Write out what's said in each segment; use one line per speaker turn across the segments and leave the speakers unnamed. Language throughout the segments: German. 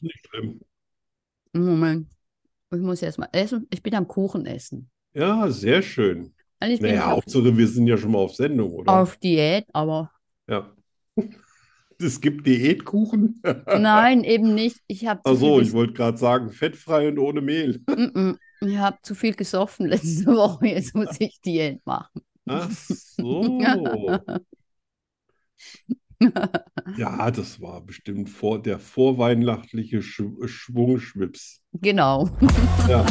Nicht schlimm.
Moment, ich muss jetzt mal essen. Ich bin am Kuchen essen.
Ja, sehr schön.
Also ich bin
Naja,
auf,
Hauptsache, wir sind ja schon mal auf Sendung, oder?
auf Diät, aber
Ja. Es gibt Diätkuchen.
nein, eben nicht. Ich habe
Ach
zu viel
so, ich
ges
wollte gerade sagen, fettfrei und ohne Mehl.
Mm-mm. ich habe zu viel gesoffen letzte Woche. Jetzt muss ich Diät machen.
Ach so. Ja, das war bestimmt vor, der vorweihnachtliche Schw Schwungschwips.
Genau.
Ja.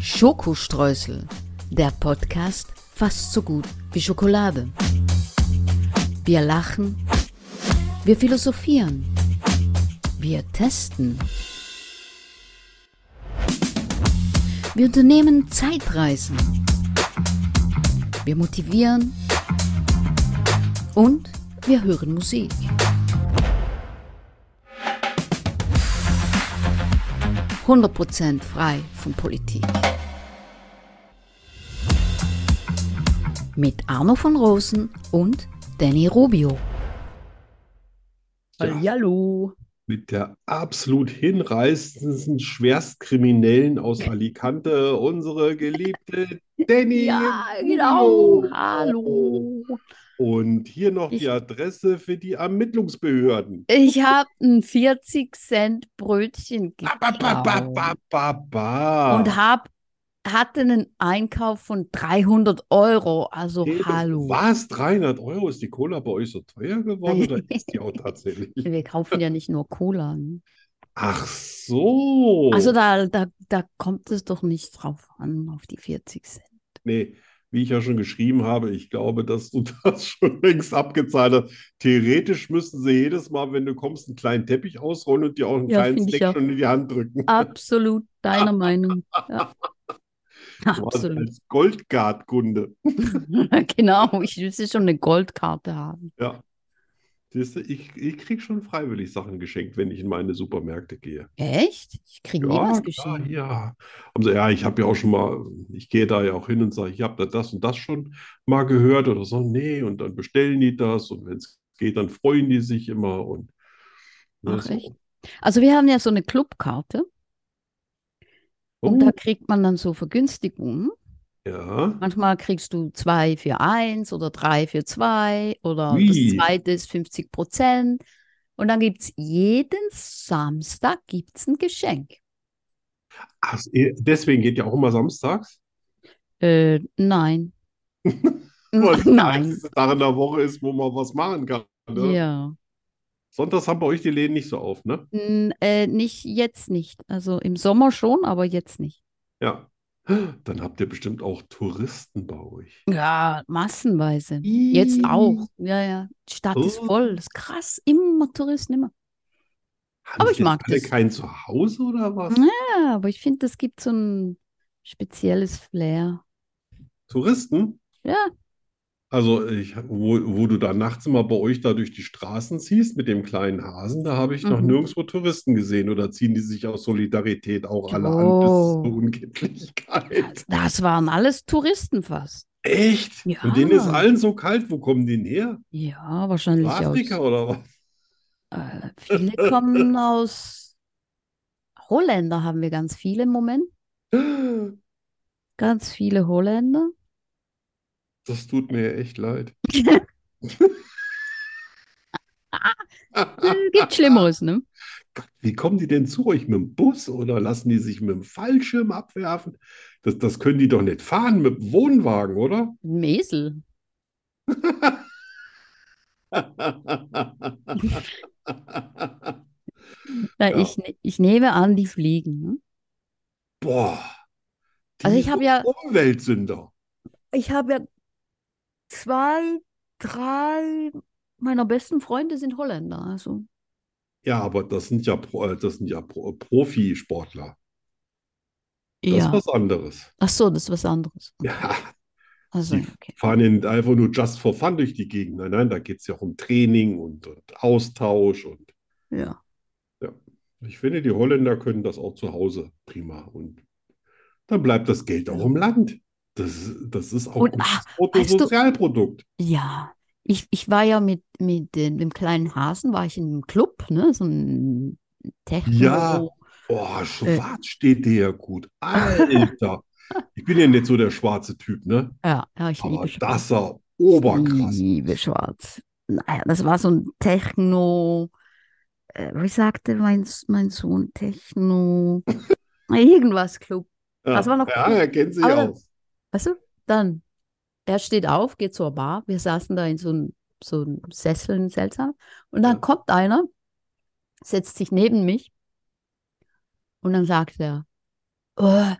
Schokostreusel, der Podcast fast so gut wie Schokolade. Wir lachen, wir philosophieren, wir testen. Wir unternehmen Zeitreisen. Wir motivieren und wir hören Musik. Prozent frei von Politik. mit Arno von Rosen und Danny Rubio.
Ja.
Hallo.
Mit der absolut hinreißendsten Schwerstkriminellen aus Alicante, unsere geliebte Danny
Ja, genau.
Rubio.
Hallo.
Und hier noch
Ich-
die Adresse für die Ermittlungsbehörden.
Ich habe ein 40 Cent Brötchen
Ba, ba, ba, ba,
geklaut
ba, ba, ba.
Genau. und hab, hatte einen Einkauf von 300 Euro. Also
Eben.
hallo.
Äh, Was? 300 Euro? Ist die Cola bei euch so teuer geworden oder ist die auch tatsächlich?
Wir kaufen ja nicht nur Cola. Ne?
Ach so.
Also da, da, da kommt es doch nicht drauf an, auf die 40 Cent.
Nee, wie ich ja schon geschrieben habe, ich glaube, dass du das schon längst abgezahlt hast. Theoretisch müssten sie jedes Mal, wenn du kommst, einen kleinen Teppich ausrollen und dir auch einen
Ja,
kleinen
finde ich
Snack
auch.
schon in die Hand drücken.
Absolut deiner Meinung. Ja.
Du warst
Absolut.
als Goldgard-Kunde.
Genau, ich müsste schon eine Goldkarte haben.
Ja. Siehst du, ich, ich kriege schon freiwillig Sachen geschenkt, wenn ich in meine Supermärkte gehe.
Echt? Ich kriege nie
Ja,
was
klar,
geschenkt.
ja. Also ja, ich habe ja auch schon mal, ich gehe da ja auch hin und sage, ich habe da das und das schon mal gehört oder so. Nee, und dann bestellen die das und wenn es geht, dann freuen die sich immer und ne,
Ach,
so.
echt? Also wir haben ja so eine Clubkarte und da
Oh,
kriegt man dann so Vergünstigungen.
ja.
Manchmal kriegst du 2 für 1 oder 3 für 2 oder das
Ui.
zweite ist 50 Prozent. Und dann gibt es jeden Samstag gibt's ein Geschenk.
Ach, eh, deswegen geht ja auch immer samstags,
Äh, nein.
weil das der
Mhm. Nein.
einzige Tag in der Woche ist, wo man was machen kann. Ne?
Ja.
Sonntags haben bei euch die Läden nicht so auf, ne?
N äh, nicht jetzt nicht. Also im Sommer schon, aber jetzt nicht.
Ja. Dann habt ihr bestimmt auch Touristen bei euch.
Ja, massenweise. Jetzt auch.
Ih,
Ja, ja. Die Stadt ist
Oh.
voll. Das ist krass. Immer Touristen, immer.
Haben
Aber
die
ich
jetzt
mag
alle
das.
kein Zuhause oder was?
Ja, aber ich finde, das gibt so ein spezielles Flair.
Touristen?
Ja,
Also, ich, wo, wo du da nachts immer bei euch da durch die Straßen ziehst mit dem kleinen Hasen, da habe ich noch
Mhm.
nirgendwo Touristen gesehen. Oder ziehen die sich aus Solidarität auch alle an bis
Oh.
zur Unkenntlichkeit?
das waren alles Touristen fast.
Echt?
Ja.
Und denen ist allen so kalt. Wo kommen die denn her?
Ja,
Aus
wahrscheinlich
Afrika
aus.
oder was?
Äh, viele kommen aus Holländer, haben wir ganz viele im Moment. Ganz viele Holländer.
Das tut mir echt leid.
Äh, Gibt Schlimmeres, ne?
Gott, Wie kommen die denn zu euch mit dem Bus oder lassen die sich mit dem Fallschirm abwerfen? Das, das können die doch nicht fahren mit dem Wohnwagen, oder?
Ein Esel. Na,
Ja.
ich, ne- ich nehme an, die fliegen. Ne?
Boah,
Also
die
ich hab
so
ja-
Umweltsünder.
Ich habe ja zwei, drei meiner besten Freunde sind Holländer. Also
Ja, aber das sind ja, Pro- äh, das sind ja Pro, Profisportler. Das ist
ja.
was anderes.
Ach so, das ist was anderes.
Ja,
Also,
die
okay.
fahren ja nicht einfach nur just for fun durch die Gegend. Nein, nein, da geht es ja auch um Training und, und Austausch und
Ja.
Ich finde, die Holländer können das auch zu Hause prima. Und dann bleibt das Geld auch im Land. Das, das ist auch
Und,
ein
ah, weißt du-
Bruttosozialprodukt.
Ja. Ich, ich war ja mit, mit dem, dem kleinen Hasen, war ich in einem Club, ne? So ein Techno.
Ja.
Äh.
Oh, schwarz steht dir ja gut. Alter. Ich bin ja nicht so der schwarze Typ, ne?
Ja, ja, ich
Aber
liebe
das sah oberkrass.
Liebe Schwarz. Naja, das war so ein Techno. Äh, wie sagte mein, mein Sohn? Techno. Irgendwas Club.
Ja,
Das war noch
ja,
cool.
er kennt sich
Aber-
aus.
Weißt du? Dann, er steht auf, geht zur Bar. Wir saßen da in so einem so einem Sesseln seltsam. Und dann
Ja.
kommt einer, setzt sich neben mich. Und dann sagt er, oh,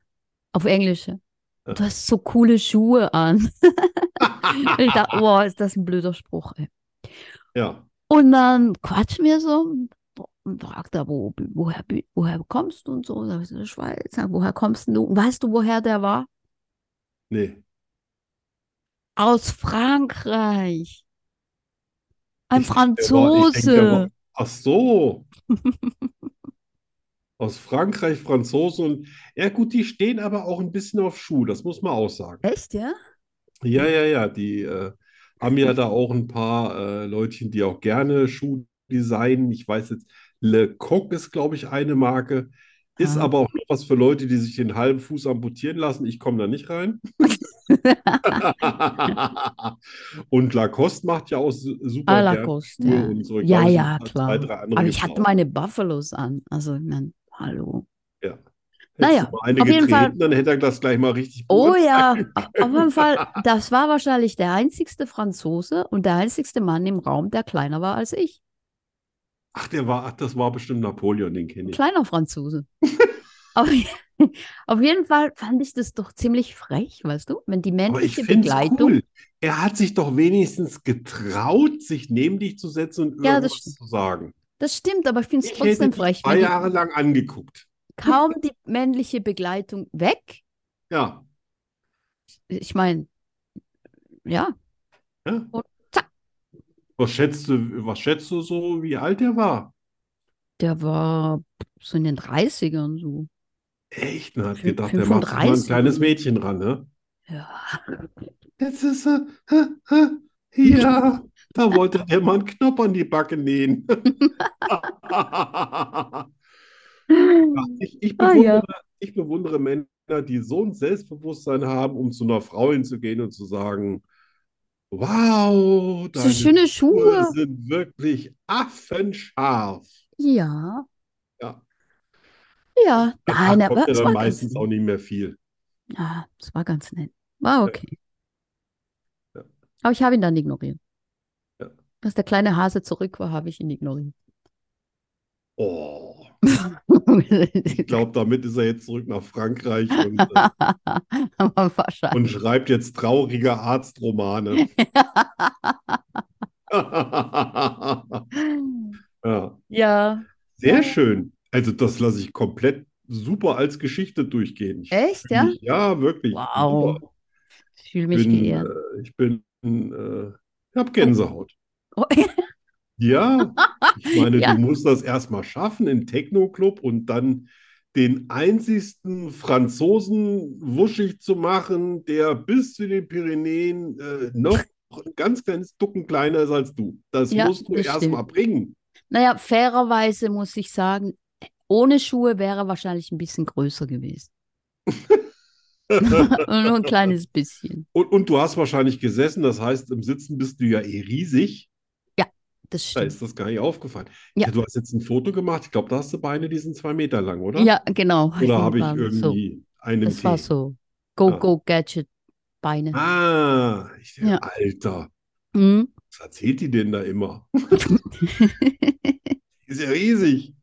auf Englisch,
Ja.
du hast so coole Schuhe an. Und ich dachte, wow, ist das ein blöder Spruch, ey.
Ja,
Und dann quatschen wir so und fragt er, wo, woher, bi- woher kommst du und so. Und dann hab ich so, Schweiz, Sag, woher kommst denn du? Und weißt du, woher der war?
nee.
Aus Frankreich. Ein
Ich denk, der war- ich denk, der war-
Franzose.
Ach so. Aus Frankreich, Franzosen und ja gut, die stehen aber auch ein bisschen auf Schuh, das muss man auch sagen.
Echt, ja?
Ja, ja, ja, die äh, haben ja da auch ein paar äh, Leutchen, die auch gerne Schuh designen. Ich weiß jetzt, Le Coq ist, glaube ich, eine Marke, ist
Ah.
aber auch noch was für Leute, die sich den halben Fuß amputieren lassen. Ich komme da nicht rein. Und Lacoste macht ja auch su- super
Ah,
gerne
Lacoste,
Schuhe
ja.
und so. Ich
Ja,
glaube, es
ja,
sind noch
klar.
zwei, drei andere
Aber ich
gibt's
hatte
auch.
meine Buffalos an. Also, ich meine, hallo.
Hättest
Naja,
du mal eine
auf jeden Fall-
getreten, dann hätte er das gleich mal richtig
Oh
beurteilt.
ja, auf jeden Fall, das war wahrscheinlich der einzigste Franzose und der einzigste Mann im Raum, der kleiner war als ich.
Ach, der war, ach, das war bestimmt Napoleon, den kenne ich.
kleiner Franzose. auf, auf jeden Fall fand ich das doch ziemlich frech, weißt du, wenn die
Aber ich
männliche
finde es
Begleitung.
cool. Er hat sich doch wenigstens getraut, sich neben dich zu setzen und
Ja, das
irgendwas
stimmt.
zu sagen.
Das stimmt, aber ich finde es
Ich hätte
trotzdem
dich
frech,
zwei
wenn
Jahre lang angeguckt.
die, kaum die männliche Begleitung weg.
Ja,
Ich meine, ja,
ja.
Und zack.
Was schätzt du, was schätzt du so, wie alt er war?
der war so in den 30ern so.
Echt? Man hat
Fün-
gedacht, der macht sich mal ein
35.
kleines Mädchen ran, ne?
Ja.
Jetzt ist er, hä, hä, ja, da wollte der mal einen Knopf an die Backe nähen. Ich, ich
Ah, ja.
bewundere, ich bewundere Männer, die so ein Selbstbewusstsein haben, um zu einer Frau hinzugehen und zu sagen, wow,
So
deine
schöne
Schuhe
Schuhe.
sind wirklich affenscharf.
Ja.
Ja.
Ja,
Danach
nein, aber
kommt ja
es
dann
war ganz
meistens auch
nett.
nicht mehr viel.
Ja, es war ganz nett. War okay.
Ja.
Aber ich habe ihn dann ignoriert.
Ja.
Als der kleine Hase zurück war, habe ich ihn ignoriert.
Oh, ich glaube, damit ist er jetzt zurück nach Frankreich und, äh,
Aber wahrscheinlich.
und schreibt jetzt traurige Arztromane. Ja,
Ja.
sehr schön. Also das lasse ich komplett super als Geschichte durchgehen. Ich
Echt,
fühle
ja?
mich- Ja, wirklich. Ich bin
Wow.
super.
Ich fühle
Ich
mich
bin,
geehrt.
äh, ich bin, äh, ich habe Gänsehaut.
Oh,
Ja, ich meine,
Ja.
du musst das erstmal schaffen im Techno-Club und dann den einzigsten Franzosen wuschig zu machen, der bis zu den Pyrenäen äh, noch ein ganz kleines Ducken kleiner ist als du. Das
Ja,
musst du
das
erstmal bringen.
Naja, fairerweise muss ich sagen, ohne Schuhe wäre er wahrscheinlich ein bisschen größer gewesen. Nur ein kleines bisschen.
Und, und du hast wahrscheinlich gesessen, das heißt, im Sitzen bist du ja eh riesig.
Das
Da
stimmt.
ist das gar nicht aufgefallen.
Ja.
Du hast jetzt ein Foto gemacht. Ich glaube, da hast du Beine, die sind zwei Meter lang, oder?
Ja, genau.
Oder habe ich
war so.
irgendwie einen
Das war
Tee?
so Go,
Ja.
Go, Gadget, Beine.
Ah, ich,
Ja.
Alter,
Mhm.
was erzählt die denn da immer? Die Ist ja riesig.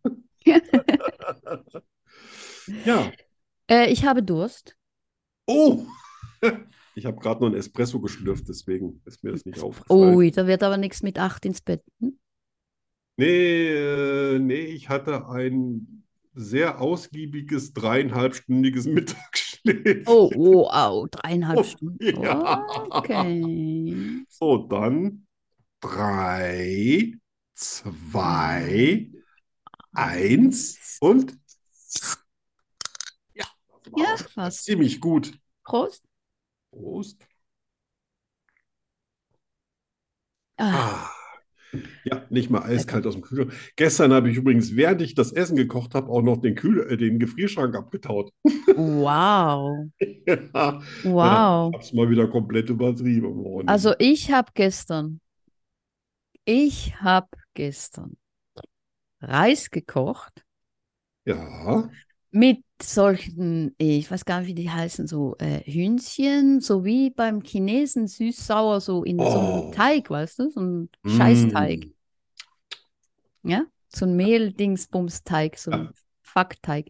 Ja.
äh, ich habe Durst.
Oh! Ich habe gerade noch einen Espresso geschlürft, deswegen ist mir das
Oh.
nicht aufgefallen.
Ui, da wird aber nichts mit acht ins Bett. Hm?
Nee, äh, nee, ich hatte ein sehr ausgiebiges dreieinhalbstündiges Mittagsschläfchen.
Oh, oh, au, dreieinhalb
Oh,
Stunden. Ah,
ja.
Okay.
So, dann drei, zwei, eins und. Ja, das war
Ja,
auch schon mal
fast.
ziemlich gut.
Prost.
Prost.
Ah,
Ah, Ja, nicht mal eiskalt aus dem Kühlschrank. Gestern habe ich übrigens, während ich das Essen gekocht habe, auch noch den, Kühl äh, den Gefrierschrank abgetaut.
Wow.
ja,
Wow.
ich habe es mal wieder komplett übertrieben. Ronny.
Also ich habe gestern, ich habe gestern Reis gekocht
Ja,
mit solchen, äh, ich weiß gar nicht, wie die heißen, so äh, Hühnchen, so wie beim Chinesen süß-sauer, so in so
Oh.
einem Teig, weißt du, so ein
Mm.
Scheißteig, ja? So ein Mehl-Dingsbums-Teig, so ein
Ja.
Fackteig.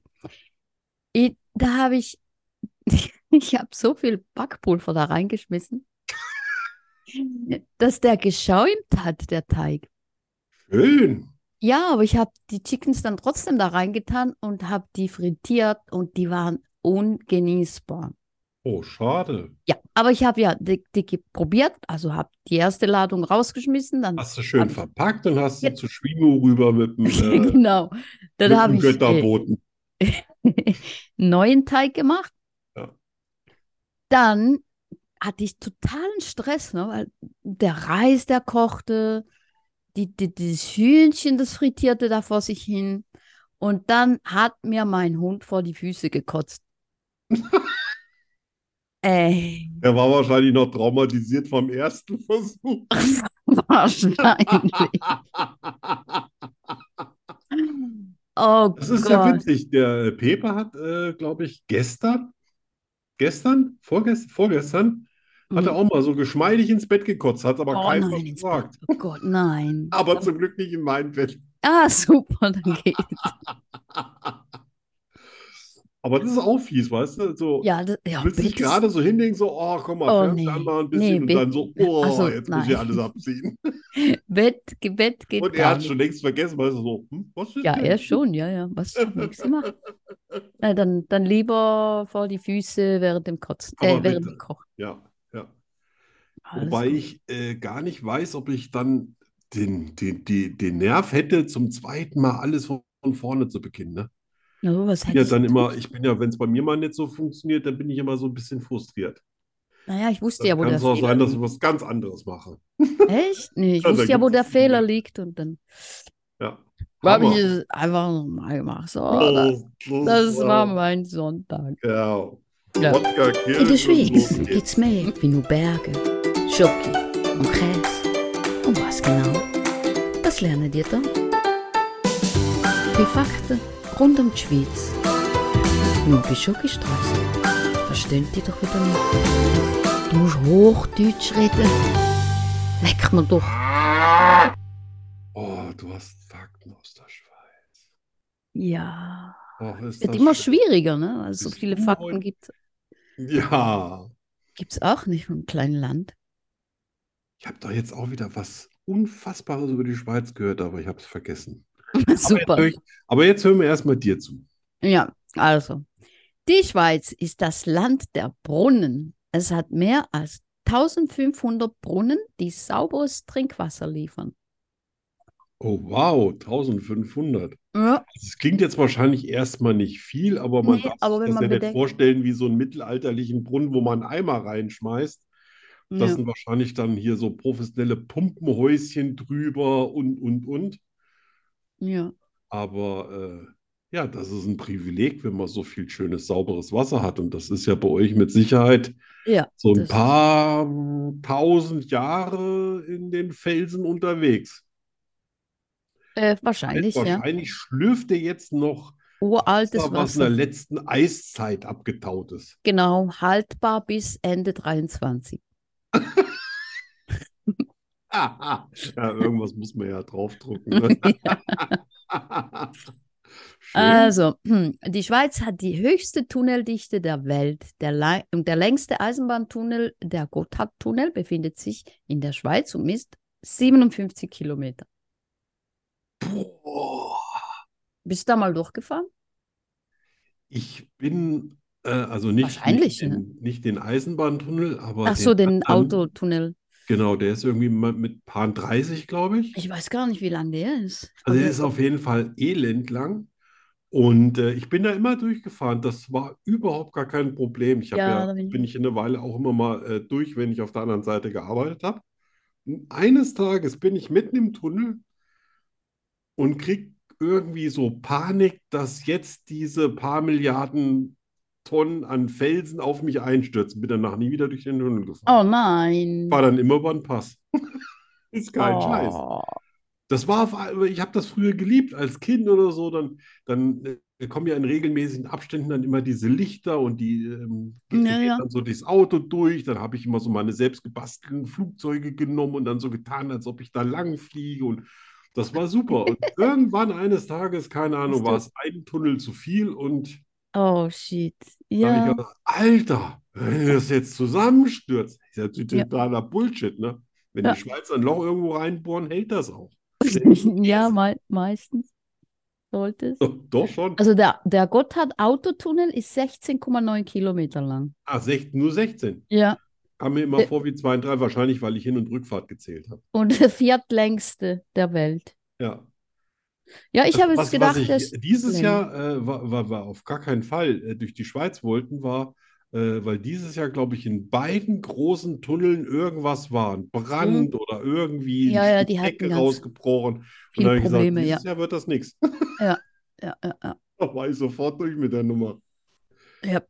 Ich, da habe ich, ich habe so viel Backpulver da reingeschmissen, dass der geschäumt hat, der Teig.
schön.
Ja, aber ich habe die Chickens dann trotzdem da reingetan und habe die frittiert und die waren ungenießbar.
Oh, schade.
Ja, aber ich habe ja die, die ge- probiert, also habe die erste Ladung rausgeschmissen, dann
Hast du schön
Hab ich-
verpackt und hast
Ja.
du zu Schwimo rüber mit dem, äh,
genau, dann
mit
habe
dem
ich äh,
Götterboten.
neuen Teig gemacht.
Ja.
Dann hatte ich totalen Stress, ne? weil der Reis, der kochte, die, die, dieses Hühnchen, das frittierte da vor sich hin. Und dann hat mir mein Hund vor die Füße gekotzt. Ey,
Er war wahrscheinlich noch traumatisiert vom ersten Versuch.
wahrscheinlich. Oh
Das ist ja
Gott.
witzig. Der Pepe hat, äh, glaube ich, gestern, gestern, vorgestern, vorgestern, hat er auch mal so geschmeidig ins Bett gekotzt, hat aber
Mhm. Oh
keiner
nein, ins Bett.
gesagt.
Oh Gott, nein.
Aber zum Glück nicht in mein Bett.
Ah, super, dann geht.
Aber das ist auch fies, weißt du? So,
Ja, das, ja,
willst dich
Bettes-
gerade so hinlegen, so, oh, komm mal,
Oh,
Fernseher
nee.
mal ein
Nee,
bisschen und
Bett-
dann so, oh,
Also,
jetzt muss ich
nein.
alles abziehen.
Bett, Ge- Bett geht
Und er
gar
hat
nicht.
schon längst vergessen, weißt du, so, hm, was ist
Ja,
denn?
er schon, ja, ja. Was hab nichts gemacht. Na, dann, dann lieber vor die Füße während dem Kotzen, äh,
Aber
während
bitte.
dem Kochen.
Ja, ja.
Alles
Wobei
gut.
ich äh, gar nicht weiß, ob ich dann den, den, die, den Nerv hätte, zum zweiten Mal alles von vorne zu beginnen. Ne?
Na, was
Bin Ja,
hättest
dann
du?
immer, ich bin ja, wenn es bei mir mal nicht so funktioniert, dann bin ich immer so ein bisschen frustriert.
Naja, ich wusste ja,
Dann
wo
kann
der
es auch
Fehler
sein, dass ich
liegt.
was ganz anderes mache.
Echt? Nee, ich
Ja, da
wusste ja, wo
gibt's
der
das Feedback.
Fehler liegt und dann
Ja.
habe ich
Hammer.
es einfach nochmal gemacht. So, das,
Das,
das war mein Sonntag.
Ja.
Ja.
Wodka,
In der
Kirsch und
Schweiz
los geht's.
gibt's mehr wie nur Berge, Schoki und Käse. Und was genau? Das lernen ihr dann. Die Fakten rund um die Schweiz. Nur bei Schokistraße. Verstehen die doch wieder nicht. Du musst Hochdeutsch reden. Leck mir doch.
Oh, du hast Fakten aus der Schweiz.
Ja.
Oh, ist
Wird
das
immer
schön.
schwieriger, ne? Weil es so
Bist
viele
du
Fakten
heute-
gibt
Ja.
es auch nicht im kleinen Land.
Ich habe doch jetzt auch wieder was Unfassbares über die Schweiz gehört, aber ich habe es vergessen.
Super.
Aber jetzt, hör ich, aber jetzt hören wir erstmal dir zu.
Ja, also. Die Schweiz ist das Land der Brunnen. Es hat mehr als 1500 Brunnen, die sauberes Trinkwasser liefern.
Oh, wow, 1500.
Ja,
Das klingt jetzt wahrscheinlich erstmal nicht viel, aber man
Nee,
darf
aber wenn
sich das
man
ja nicht
bedenkt-
vorstellen wie so einen mittelalterlichen Brunnen, wo man einen Eimer reinschmeißt. Das
ja.
sind wahrscheinlich dann hier so professionelle Pumpenhäuschen drüber und, und, und.
ja.
Aber äh, ja, das ist ein Privileg, wenn man so viel schönes, sauberes Wasser hat. Und das ist ja bei euch mit Sicherheit
Ja,
so ein
das-
paar mm, tausend Jahre in den Felsen unterwegs.
Äh, wahrscheinlich, ja.
Wahrscheinlich schlürft ihr jetzt noch
Uraltes
Wasser, was in der
Wasser.
letzten Eiszeit abgetaut ist.
Genau, haltbar bis Ende 23.
Ja, irgendwas muss man ja draufdrucken. Ne? Schön.
Also, die Schweiz hat die höchste Tunneldichte der Welt. Der, lei- und der längste Eisenbahntunnel, der Gotthardtunnel, befindet sich in der Schweiz und misst 57 Kilometer.
Boah.
Bist du da mal durchgefahren?
Ich bin, äh, also nicht,
Wahrscheinlich, ne?
nicht, den, nicht den Eisenbahntunnel, aber
Ach so,
den
den
anderen.
Autotunnel.
Genau, der ist irgendwie mal mit paar 30, glaube ich.
Ich weiß gar nicht, wie lang der ist.
Also der
Aber-
ist auf jeden Fall elend lang. Und äh, ich bin da immer durchgefahren. Das war überhaupt gar kein Problem. Ich habe
Ja,
ja,
da bin ich-
bin ich in der Weile auch immer mal äh, durch, wenn ich auf der anderen Seite gearbeitet habe. eines Tages bin ich mitten im Tunnel und krieg irgendwie so Panik, dass jetzt diese paar Milliarden Tonnen an Felsen auf mich einstürzen. Bin danach nie wieder durch den Tunnel
Oh
gefahren.
nein.
War dann immer über den Pass. Ist kein Scheiß.
Oh.
Das war, auf ein- ich habe das früher geliebt als Kind oder so. Dann, dann äh, kommen ja in regelmäßigen Abständen dann immer diese Lichter und die ähm, geht
Ja, ja.
dann so durchs Auto durch. Dann habe ich immer so meine selbstgebastelten Flugzeuge genommen und dann so getan, als ob ich da lang fliege. Und das war super. Und irgendwann eines Tages, keine Ahnung,
Bist du-
war es ein Tunnel zu viel und
Oh, shit.
da habe
Ja.
ich gedacht, Alter, wenn das jetzt zusammenstürzt, ist ja
Ja.
totaler Bullshit, ne? Wenn
Ja.
die Schweizer ein Loch irgendwo reinbohren, hält das auch.
Ja, mei meistens sollte es.
Doch, doch schon.
Also der, der Gotthard-Autotunnel ist 16,9 Kilometer lang.
Ah, sech, nur 16.
Ja.
Kam mir immer
Äh.
vor wie 2 und 3, wahrscheinlich, weil ich Hin- und Rückfahrt gezählt habe.
Und der viertlängste der Welt.
Ja.
Ja, ich habe jetzt
was,
gedacht,
was ich
der ist
dieses
länger.
Jahr äh, war, war, war auf gar keinen Fall äh, durch die Schweiz wollten, war, äh, weil dieses Jahr, glaube ich, in beiden großen Tunneln irgendwas war. Ein Brand oder irgendwie ein
Hm. Ja, ja,
Stück
die hatten
Decke
ganz
rausgebrochen. Und
viele
da habe ich gesagt,
Probleme, ja.
dieses Jahr wird das nichts.
Ja, ja, ja.
Da war ich sofort durch mit der Nummer.
Yep.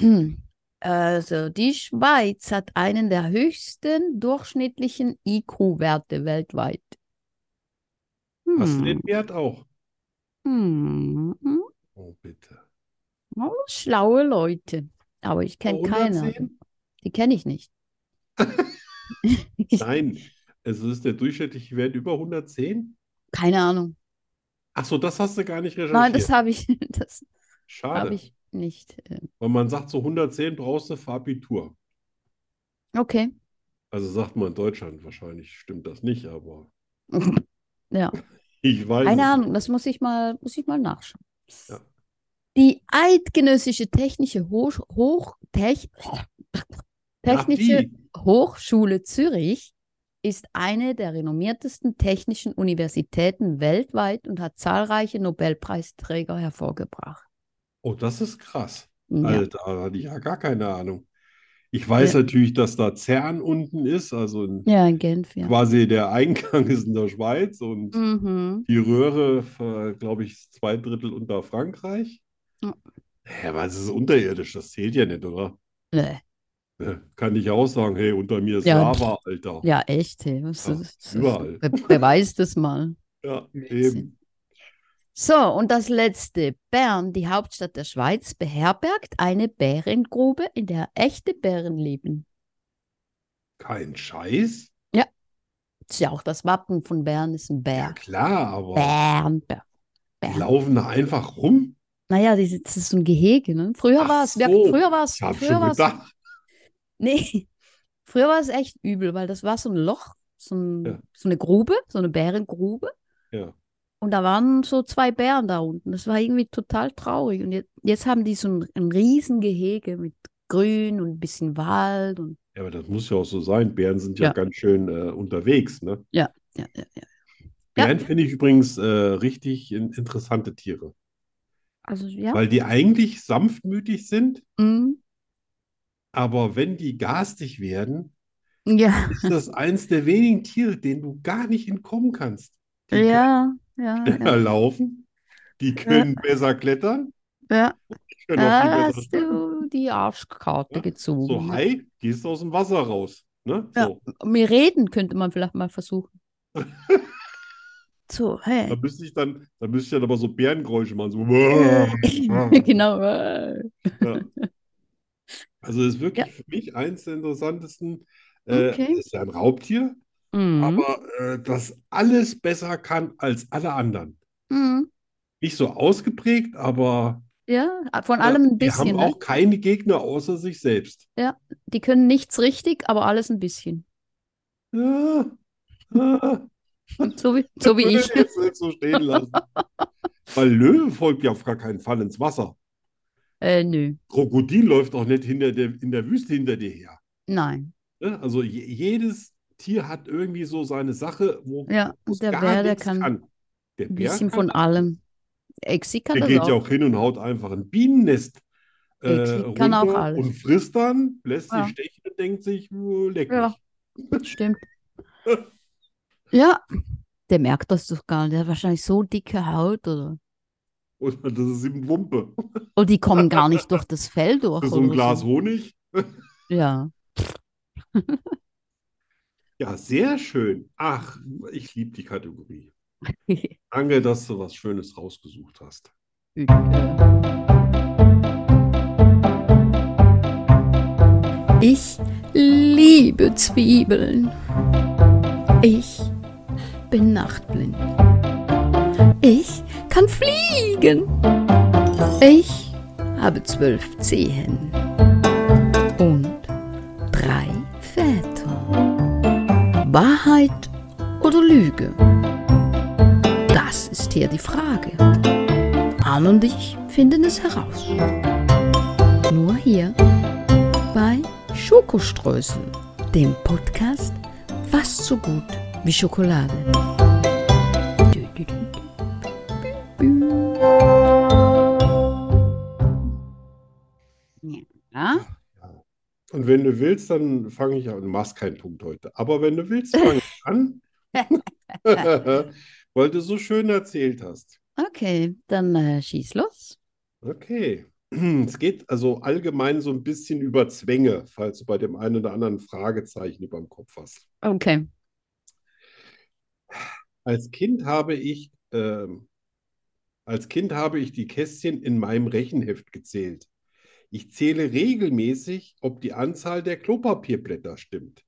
Also, die Schweiz hat einen der höchsten durchschnittlichen IQ-Werte weltweit.
Hast du
Hm.
den Wert auch?
Hm.
Oh, bitte.
Oh, Schlaue Leute. Aber ich kenne
Bei
keiner.
110?
Die kenne ich nicht.
Nein, Also, es ist der durchschnittliche Wert über 110?
Keine Ahnung.
Ach so, das hast du gar nicht
Nein, das
recherchiert.
habe ich, das habe
Schade.
ich nicht. äh,
Weil man sagt, so 110 brauchst du für Abitur.
Okay.
Also sagt man in Deutschland, wahrscheinlich stimmt das nicht, aber
Ja,
ich weiß
keine
es nicht.
Ahnung, das muss ich mal, muss ich mal nachschauen.
Ja.
Die Eidgenössische Technische Hoch, Hochtech, Technische
die.
Hochschule Zürich ist eine der renommiertesten technischen Universitäten weltweit und hat zahlreiche Nobelpreisträger hervorgebracht.
Oh, das ist krass.
Ja.
Also da hatte ich ja gar keine Ahnung. Ich weiß
Ja.
natürlich, dass da CERN unten ist, also in,
Ja, in Genf, ja.
quasi der Eingang ist in der Schweiz und
Mhm.
die Röhre, glaube ich, zwei Drittel unter Frankreich.
Ja.
Ja, aber es ist unterirdisch, das zählt ja nicht, oder?
Nee.
Ja, Äh, Kann ich ja auch sagen, hey, unter mir ist
Ja,
Lava, Alter.
Ja, echt. Hey. Was,
Ja,
was, was,
überall.
Be beweis das mal.
Ja,
Blödsinn.
eben.
So, und das letzte. Bern, die Hauptstadt der Schweiz, beherbergt eine Bärengrube, in der echte Bären leben.
Kein Scheiß.
Ist ja auch das Wappen von Bern ist ein
Ja,
Bär.
klar, aber
Bern, Bär,
die
Bern.
laufen da einfach rum.
Naja, das ist, das ist so ein Gehege, ne? Früher
Ach
war es, wir-
so.
früher war es,
Ich habe
früher
schon
war es,
gedacht,
nee, früher war es echt übel, weil das war so ein Loch, so, ein,
Ja.
so eine Grube, so eine Bärengrube.
Ja.
Und da waren so zwei Bären da unten. Das war irgendwie total traurig. Und jetzt, jetzt haben die so ein, ein riesen Gehege mit Grün und ein bisschen Wald und
ja, aber das muss ja auch so sein. Bären sind ja
Ja.
ganz schön äh, unterwegs, ne?
ja, ja, ja. Ja.
Bären finde ich übrigens äh, richtig in, interessante Tiere,
Also ja.
weil die eigentlich sanftmütig sind,
Mhm.
aber wenn die garstig werden,
Ja,
ist das eins der wenigen Tiere, denen du gar nicht entkommen kannst. Die können
ja, ja,
schneller
ja,
laufen, die können besser klettern,
ja.
die können auch viel
Da
besser
hast
schwimmen.
du die Arschkarte
Ja,
gezogen.
So,
ja.
hi, gehst aus dem Wasser raus. Ne?
Ja.
So,
Mir reden könnte man vielleicht mal versuchen. So,
da
hey.
müsste ich dann, da müsste ich dann aber so Bärengeräusche machen. So.
Genau. äh.
Ja. Also ist wirklich für mich eins der interessantesten. Äh,
Okay.
Ist ja ein Raubtier,
Mhm.
aber äh, das alles besser kann als alle anderen.
Mhm.
Nicht so ausgeprägt, aber
Ja, von
äh,
allem ein
die haben
bisschen, ne?
auch keine Gegner außer sich selbst.
Die können nichts richtig, aber alles ein bisschen.
Ja. Ja.
So wie, so wie
Würde
ich.
jetzt nicht so stehen lassen. Weil Löwe folgt ja auf gar keinen Fall ins Wasser.
Äh, nö,
Krokodil läuft auch nicht hinter der, in der Wüste hinter dir her.
nein.
Ne? Also je, jedes Tier hat irgendwie so seine Sache, wo
Ja,
wo es
der
gar
Bär, der
nichts
kann
Der
Ein
Bär
bisschen
kann
von
das.
allem. Exi kann
Der
das
geht
auch.
ja auch hin und haut einfach ein Bienennest äh,
Exi kann auch
runter
alles.
und frisst dann, lässt sich
Ja.
stechen und denkt sich, "Uh, leck
Ja.
mich.
Stimmt. Ja, der merkt das doch gar nicht. Der hat wahrscheinlich so dicke Haut oder.
Oder das ist eben Wumpe.
Und die kommen gar nicht durch das Fell durch.
Das ist so ein
oder
Glas Honig.
Ja.
Ja, sehr schön. Ach, ich liebe die Kategorie. Danke, dass du was Schönes rausgesucht hast.
Ich liebe Zwiebeln. Ich bin nachtblind. Ich kann fliegen. Ich habe zwölf Zehen und drei Väter. Wahrheit oder Lüge? Das ist hier die Frage. Anne und ich finden es heraus. Nur hier bei Schokoströßen, dem Podcast fast so gut wie Schokolade.
Ja?
Und wenn du willst, dann fange ich an. Du machst keinen Punkt heute. Aber wenn du willst, fange ich an. Weil du so schön erzählt hast.
Okay, dann äh, schieß los.
Okay. Es geht also allgemein so ein bisschen über Zwänge, falls du bei dem einen oder anderen Fragezeichen über dem Kopf hast.
Okay.
Als Kind habe ich, ähm, als Kind habe ich die Kästchen in meinem Rechenheft gezählt. Ich zähle regelmäßig, ob die Anzahl der Klopapierblätter stimmt.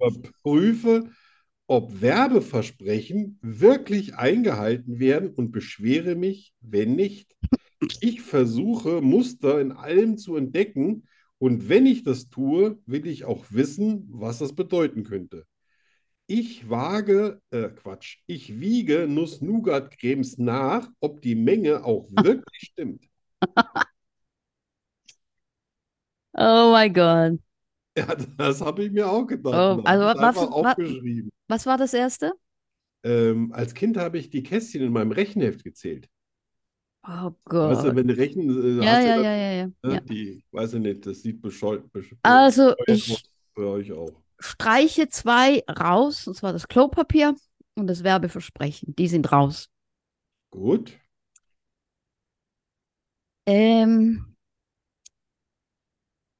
Überprüfe, ob Werbeversprechen wirklich eingehalten werden und beschwere mich, wenn nicht. Ich versuche, Muster in allem zu entdecken und wenn ich das tue, will ich auch wissen, was das bedeuten könnte. Ich wage, äh, Quatsch, ich wiege Nuss-Nougat-Cremes nach, ob die Menge auch wirklich stimmt.
Oh mein Gott.
Ja, das habe ich mir auch gedacht.
Oh,
und
also
hab
was-
das einfach
was-
aufgeschrieben.
Was war das erste?
Ähm, als Kind habe ich die Kästchen in meinem Rechenheft gezählt.
Oh
Weißt du,
Gott.
wenn du rechnen, äh,
Ja,
hast du
ja,
dann,
ja, ja, ja.
ne,
ja.
die, weiß ich nicht, das sieht bescheuert. bescheuert
Also ich
aus für euch auch.
streiche zwei raus, und zwar das Klopapier und das Werbeversprechen. Die sind raus.
Gut.
Ähm,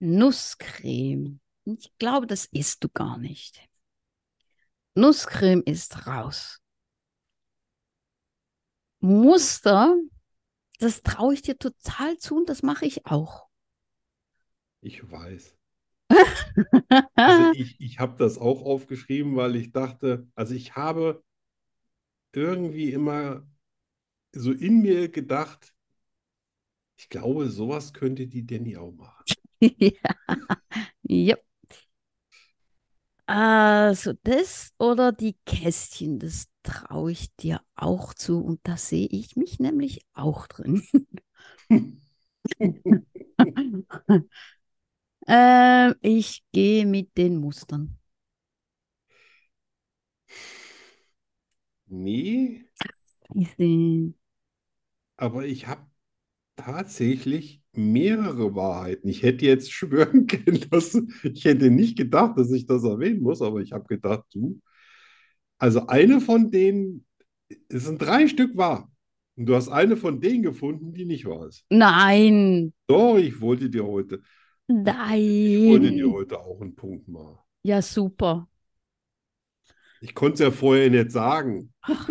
Nusscreme. Ich glaube, das isst du gar nicht. Nusscreme ist raus. Muster, das traue ich dir total zu und das mache ich auch.
Ich weiß.
Ah.
Also ich, ich habe das auch aufgeschrieben, weil ich dachte, also ich habe irgendwie immer so in mir gedacht, ich glaube, sowas könnte die Danny auch machen.
Ja. Yep. Also das oder die Kästchen, das traue ich dir auch zu und da sehe ich mich nämlich auch drin. Ähm, ich gehe mit den Mustern.
Nee,
Ich sehe-
aber ich habe tatsächlich mehrere Wahrheiten. Ich hätte jetzt schwören können, dass ich hätte nicht gedacht, dass ich das erwähnen muss, aber ich habe gedacht, du. Also eine von denen, es sind drei Stück wahr. Und du hast eine von denen gefunden, die nicht wahr ist.
Nein,
Doch, ich wollte dir heute, ich wollte dir
nein.
heute auch einen Punkt machen.
Ja, super.
Ich konnte es ja vorher nicht sagen.
Ach,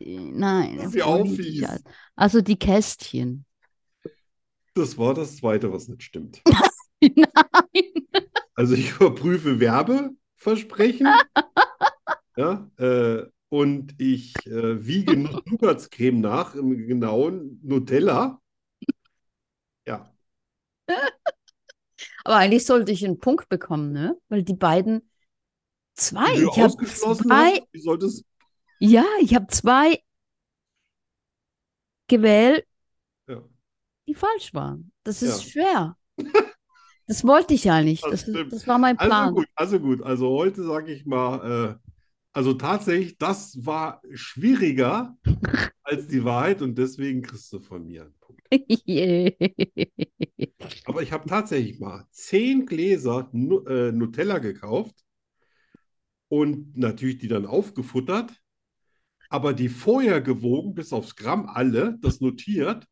nein,
Das ist
das
ja auch
wollte ich
fies.
ja. Also die Kästchen.
Das war das Zweite, was nicht stimmt.
Nein.
Also ich überprüfe Werbeversprechen, ja, äh, und ich äh, wiege Nougatscreme nach im genauen Nutella. Ja,
Aber eigentlich sollte ich einen Punkt bekommen, ne? Weil die beiden zwei,
die du
ich habe
ausgeschlossen ne?
zwei,
hast, wie solltest
ja, ich habe zwei gewählt,
ja,
die falsch waren. Das ist
Ja.
schwer. Das wollte ich ja nicht.
Das
Das,
stimmt.
das war mein
Also
Plan.
gut, also gut. Also heute sage ich mal, äh, also tatsächlich, das war schwieriger als die Wahrheit und deswegen kriegst du von mir einen Punkt. Aber ich habe tatsächlich mal zehn Gläser Nu- äh, Nutella gekauft und natürlich die dann aufgefuttert, aber die vorher gewogen, bis aufs Gramm alle, das notiert.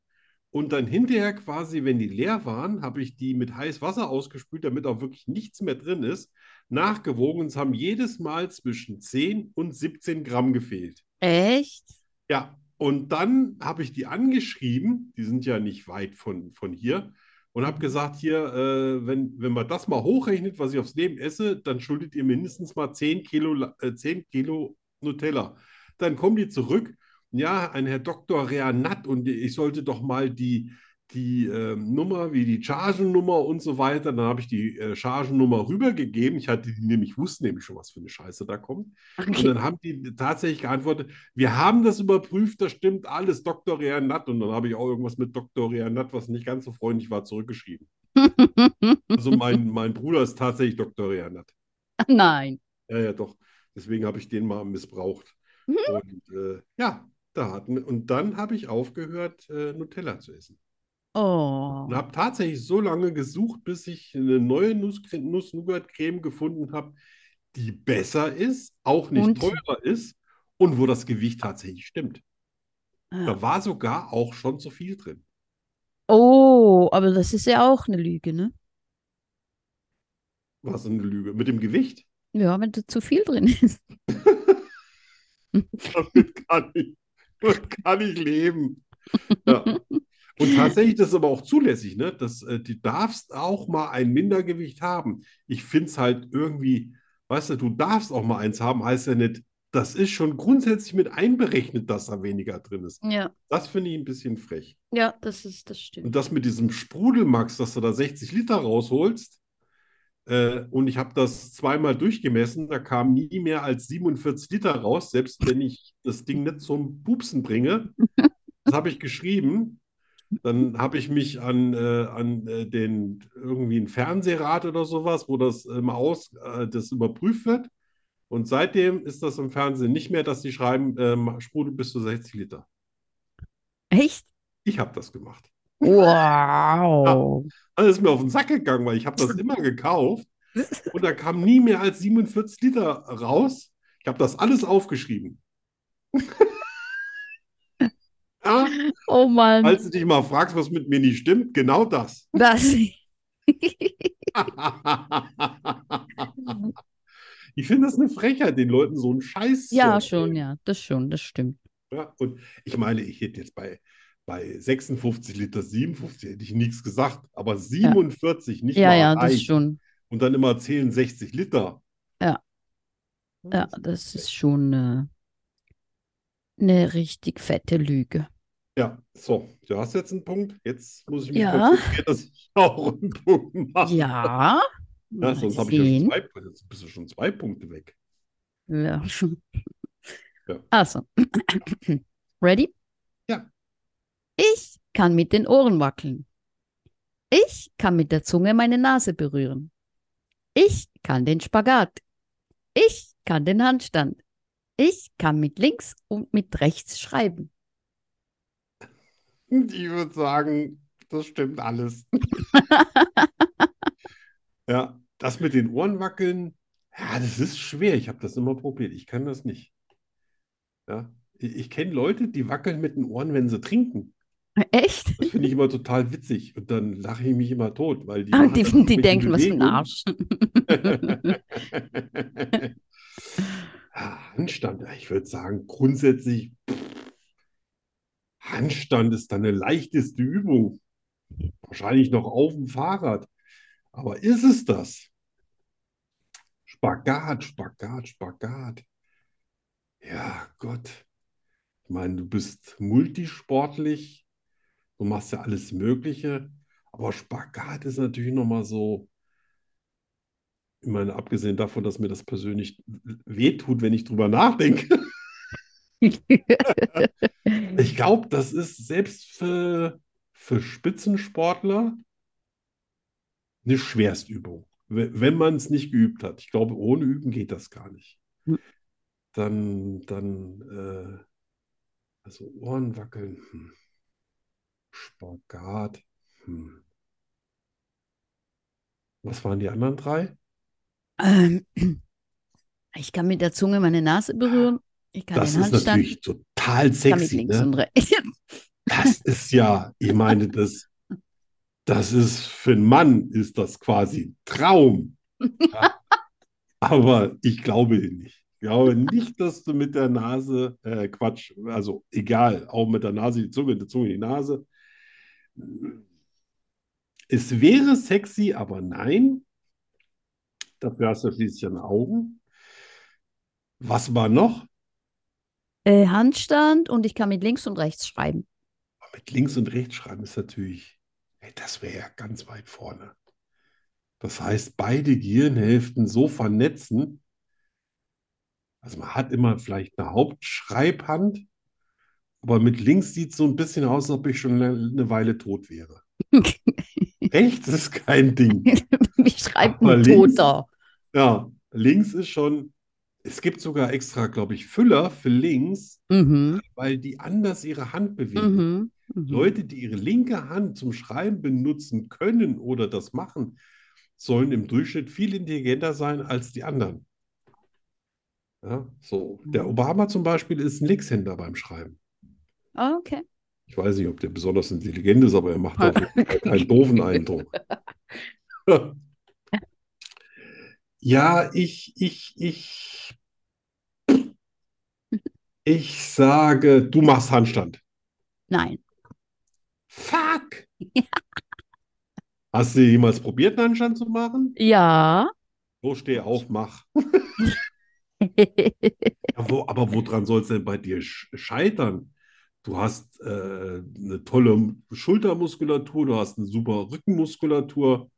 Und dann hinterher quasi, wenn die leer waren, habe ich die mit heißem Wasser ausgespült, damit auch wirklich nichts mehr drin ist, nachgewogen. Und es haben jedes Mal zwischen 10 und 17 Gramm gefehlt.
Echt?
Ja, und dann habe ich die angeschrieben, die sind ja nicht weit von, von hier, und habe gesagt, hier, äh, wenn, wenn man das mal hochrechnet, was ich aufs Leben esse, dann schuldet ihr mindestens mal 10 Kilo, äh, 10 Kilo Nutella. Dann kommen die zurück, ja, ein Herr Dr. Reanat und ich sollte doch mal die, die äh, Nummer, wie die Chargennummer und so weiter. Dann habe ich die äh, Chargennummer rübergegeben. Ich hatte die nämlich, wusste nämlich schon, was für eine Scheiße da kommt.
Okay.
Und dann haben die tatsächlich geantwortet, wir haben das überprüft, das stimmt alles, Dr. Reanat. Und dann habe ich auch irgendwas mit Dr. Reanat, was nicht ganz so freundlich war, zurückgeschrieben. Also mein, mein Bruder ist tatsächlich Dr. Reanat.
Nein.
Ja, ja, doch. Deswegen habe ich den mal missbraucht.
Mhm.
Und äh, ja, da hatten und dann habe ich aufgehört, äh, Nutella zu essen.
Oh.
Und habe tatsächlich so lange gesucht, bis ich eine neue Nuss-Nougat-Creme gefunden habe, die besser ist, auch nicht
Und?
teurer ist und wo das Gewicht tatsächlich stimmt.
Ah.
Da war sogar auch schon zu viel drin.
Oh, aber das ist ja auch eine Lüge, ne?
Was eine Lüge. Mit dem Gewicht?
Ja, wenn da zu viel drin ist.
Damit kann ich, damit kann ich leben. Ja. Und tatsächlich, das ist aber auch zulässig, ne? Das, äh, du darfst auch mal ein Mindergewicht haben. Ich finde es halt irgendwie, weißt du, du darfst auch mal eins haben, heißt ja nicht, das ist schon grundsätzlich mit einberechnet, dass da weniger drin ist.
Ja,
Das finde ich ein bisschen frech.
ja, das ist, das stimmt.
Und das mit diesem Sprudelmax, dass du da 60 Liter rausholst, äh, und ich habe das zweimal durchgemessen, da kam nie mehr als 47 Liter raus, selbst wenn ich das Ding nicht zum Pupsen bringe. Das habe ich geschrieben. Dann habe ich mich an, äh, an äh, den irgendwie einen Fernsehrat oder sowas, wo das äh, mal aus, äh, das überprüft wird. Und seitdem ist das im Fernsehen nicht mehr, dass sie schreiben, ähm, Sprudel bis zu 60 Liter.
Echt?
Ich habe das gemacht.
Wow.
Das ist mir auf den Sack gegangen, weil ich habe das immer gekauft und da kam nie mehr als 47 Liter raus. Ich habe das alles aufgeschrieben. ja,
Oh Mann,
falls du dich mal fragst, was mit mir nicht stimmt, genau das.
das.
ich finde das eine Frechheit, den Leuten so einen Scheiß zu
Ja,
erzählen.
schon, ja, das schon, das stimmt.
Ja, und ich meine, ich hätte jetzt bei, bei 56 Liter, 57 hätte ich nichts gesagt, aber 47 nicht
Ja,
mal
ja, das
reicht.
schon.
und dann immer zählen 60 Liter.
Ja. Ja, das ist schon äh, eine richtig fette Lüge.
Ja, so, du hast jetzt einen Punkt. Jetzt muss ich mich
Ja.
konzentrieren, dass ich auch einen Punkt mache.
Ja,
Ja,
mal
sonst habe ich ja schon
sehen.
zwei, Punkte. jetzt bist du schon zwei Punkte weg.
Ja, schon.
Ja.
Also, ready?
Ja.
Ich kann mit den Ohren wackeln. Ich kann mit der Zunge meine Nase berühren. Ich kann den Spagat. Ich kann den Handstand. Ich kann mit links und mit rechts schreiben.
Ich würde sagen, das stimmt alles. Ja, das mit den Ohren wackeln, ja, das ist schwer. Ich habe das immer probiert. Ich kann das nicht. Ja, ich, ich kenne Leute, die wackeln mit den Ohren, wenn sie trinken.
Echt?
Das finde ich immer total witzig. Und dann lache ich mich immer tot, weil die
Ah,
machen
die,
dann
die
irgendwelche
denken, was für ein
Bewegungen.
Arsch.
Ah, Handstand, ja, ich würde sagen, grundsätzlich, pff, Handstand ist dann eine leichteste Übung. Wahrscheinlich noch auf dem Fahrrad. Aber ist es das? Spagat, Spagat, Spagat. Ja, Gott. Ich meine, du bist multisportlich, du machst ja alles Mögliche, aber Spagat ist natürlich nochmal so, ich meine, abgesehen davon, dass mir das persönlich wehtut, wenn ich drüber nachdenke.
Mhm.
Ich glaube, das ist selbst für, für Spitzensportler eine Schwerstübung, we- wenn man es nicht geübt hat. Ich glaube, ohne Üben geht das gar nicht.
Hm.
Dann, dann, äh, also Ohren wackeln, hm. Spagat, hm. Was waren die anderen drei?
Ähm, Ich kann mit der Zunge meine Nase berühren. Ich kann
Das
den
ist
Handstand.
natürlich total
Ich kann mit
sexy,
links
ne?
und rechts.
Das ist ja, ich meine, das, das ist für einen Mann ist das quasi Traum. Ja. Aber ich glaube nicht. Ich glaube nicht, dass du mit der Nase, äh, Quatsch, also egal, auch mit der Nase die Zunge, die Zunge die Nase. Es wäre sexy, aber nein. Dafür hast du schließlich deine Augen. Was war noch?
Äh, Handstand und ich kann mit links und rechts schreiben.
Mit links und rechts schreiben ist natürlich, ey, das wäre ja ganz weit vorne. Das heißt, beide Gehirnhälften so vernetzen. Also man hat immer vielleicht eine Hauptschreibhand, aber mit links sieht es so ein bisschen aus, als ob ich schon eine, eine Weile tot wäre. Rechts ist kein Ding.
Wie schreibt
Aber
ein
links-
Toter?
Ja, links ist schon, es gibt sogar extra, glaube ich, Füller für links,
Mhm.
weil die anders ihre Hand bewegen.
Mhm. Mhm.
Leute, die ihre linke Hand zum Schreiben benutzen können oder das machen, sollen im Durchschnitt viel intelligenter sein als die anderen. Ja, so. Der Obama zum Beispiel ist ein Linkshänder beim Schreiben.
Ah, Okay.
Ich weiß nicht, ob der besonders intelligent ist, aber er macht auf jeden Fall keinen doofen Eindruck. Ja, ich, ich, ich, ich sage, du machst Handstand.
Nein.
Fuck! Hast du jemals probiert, einen Handstand zu machen?
Ja.
So, steh auf, mach. Ja, wo, aber woran soll es denn bei dir sch- scheitern? Du hast äh, eine tolle Schultermuskulatur, du hast eine super Rückenmuskulatur.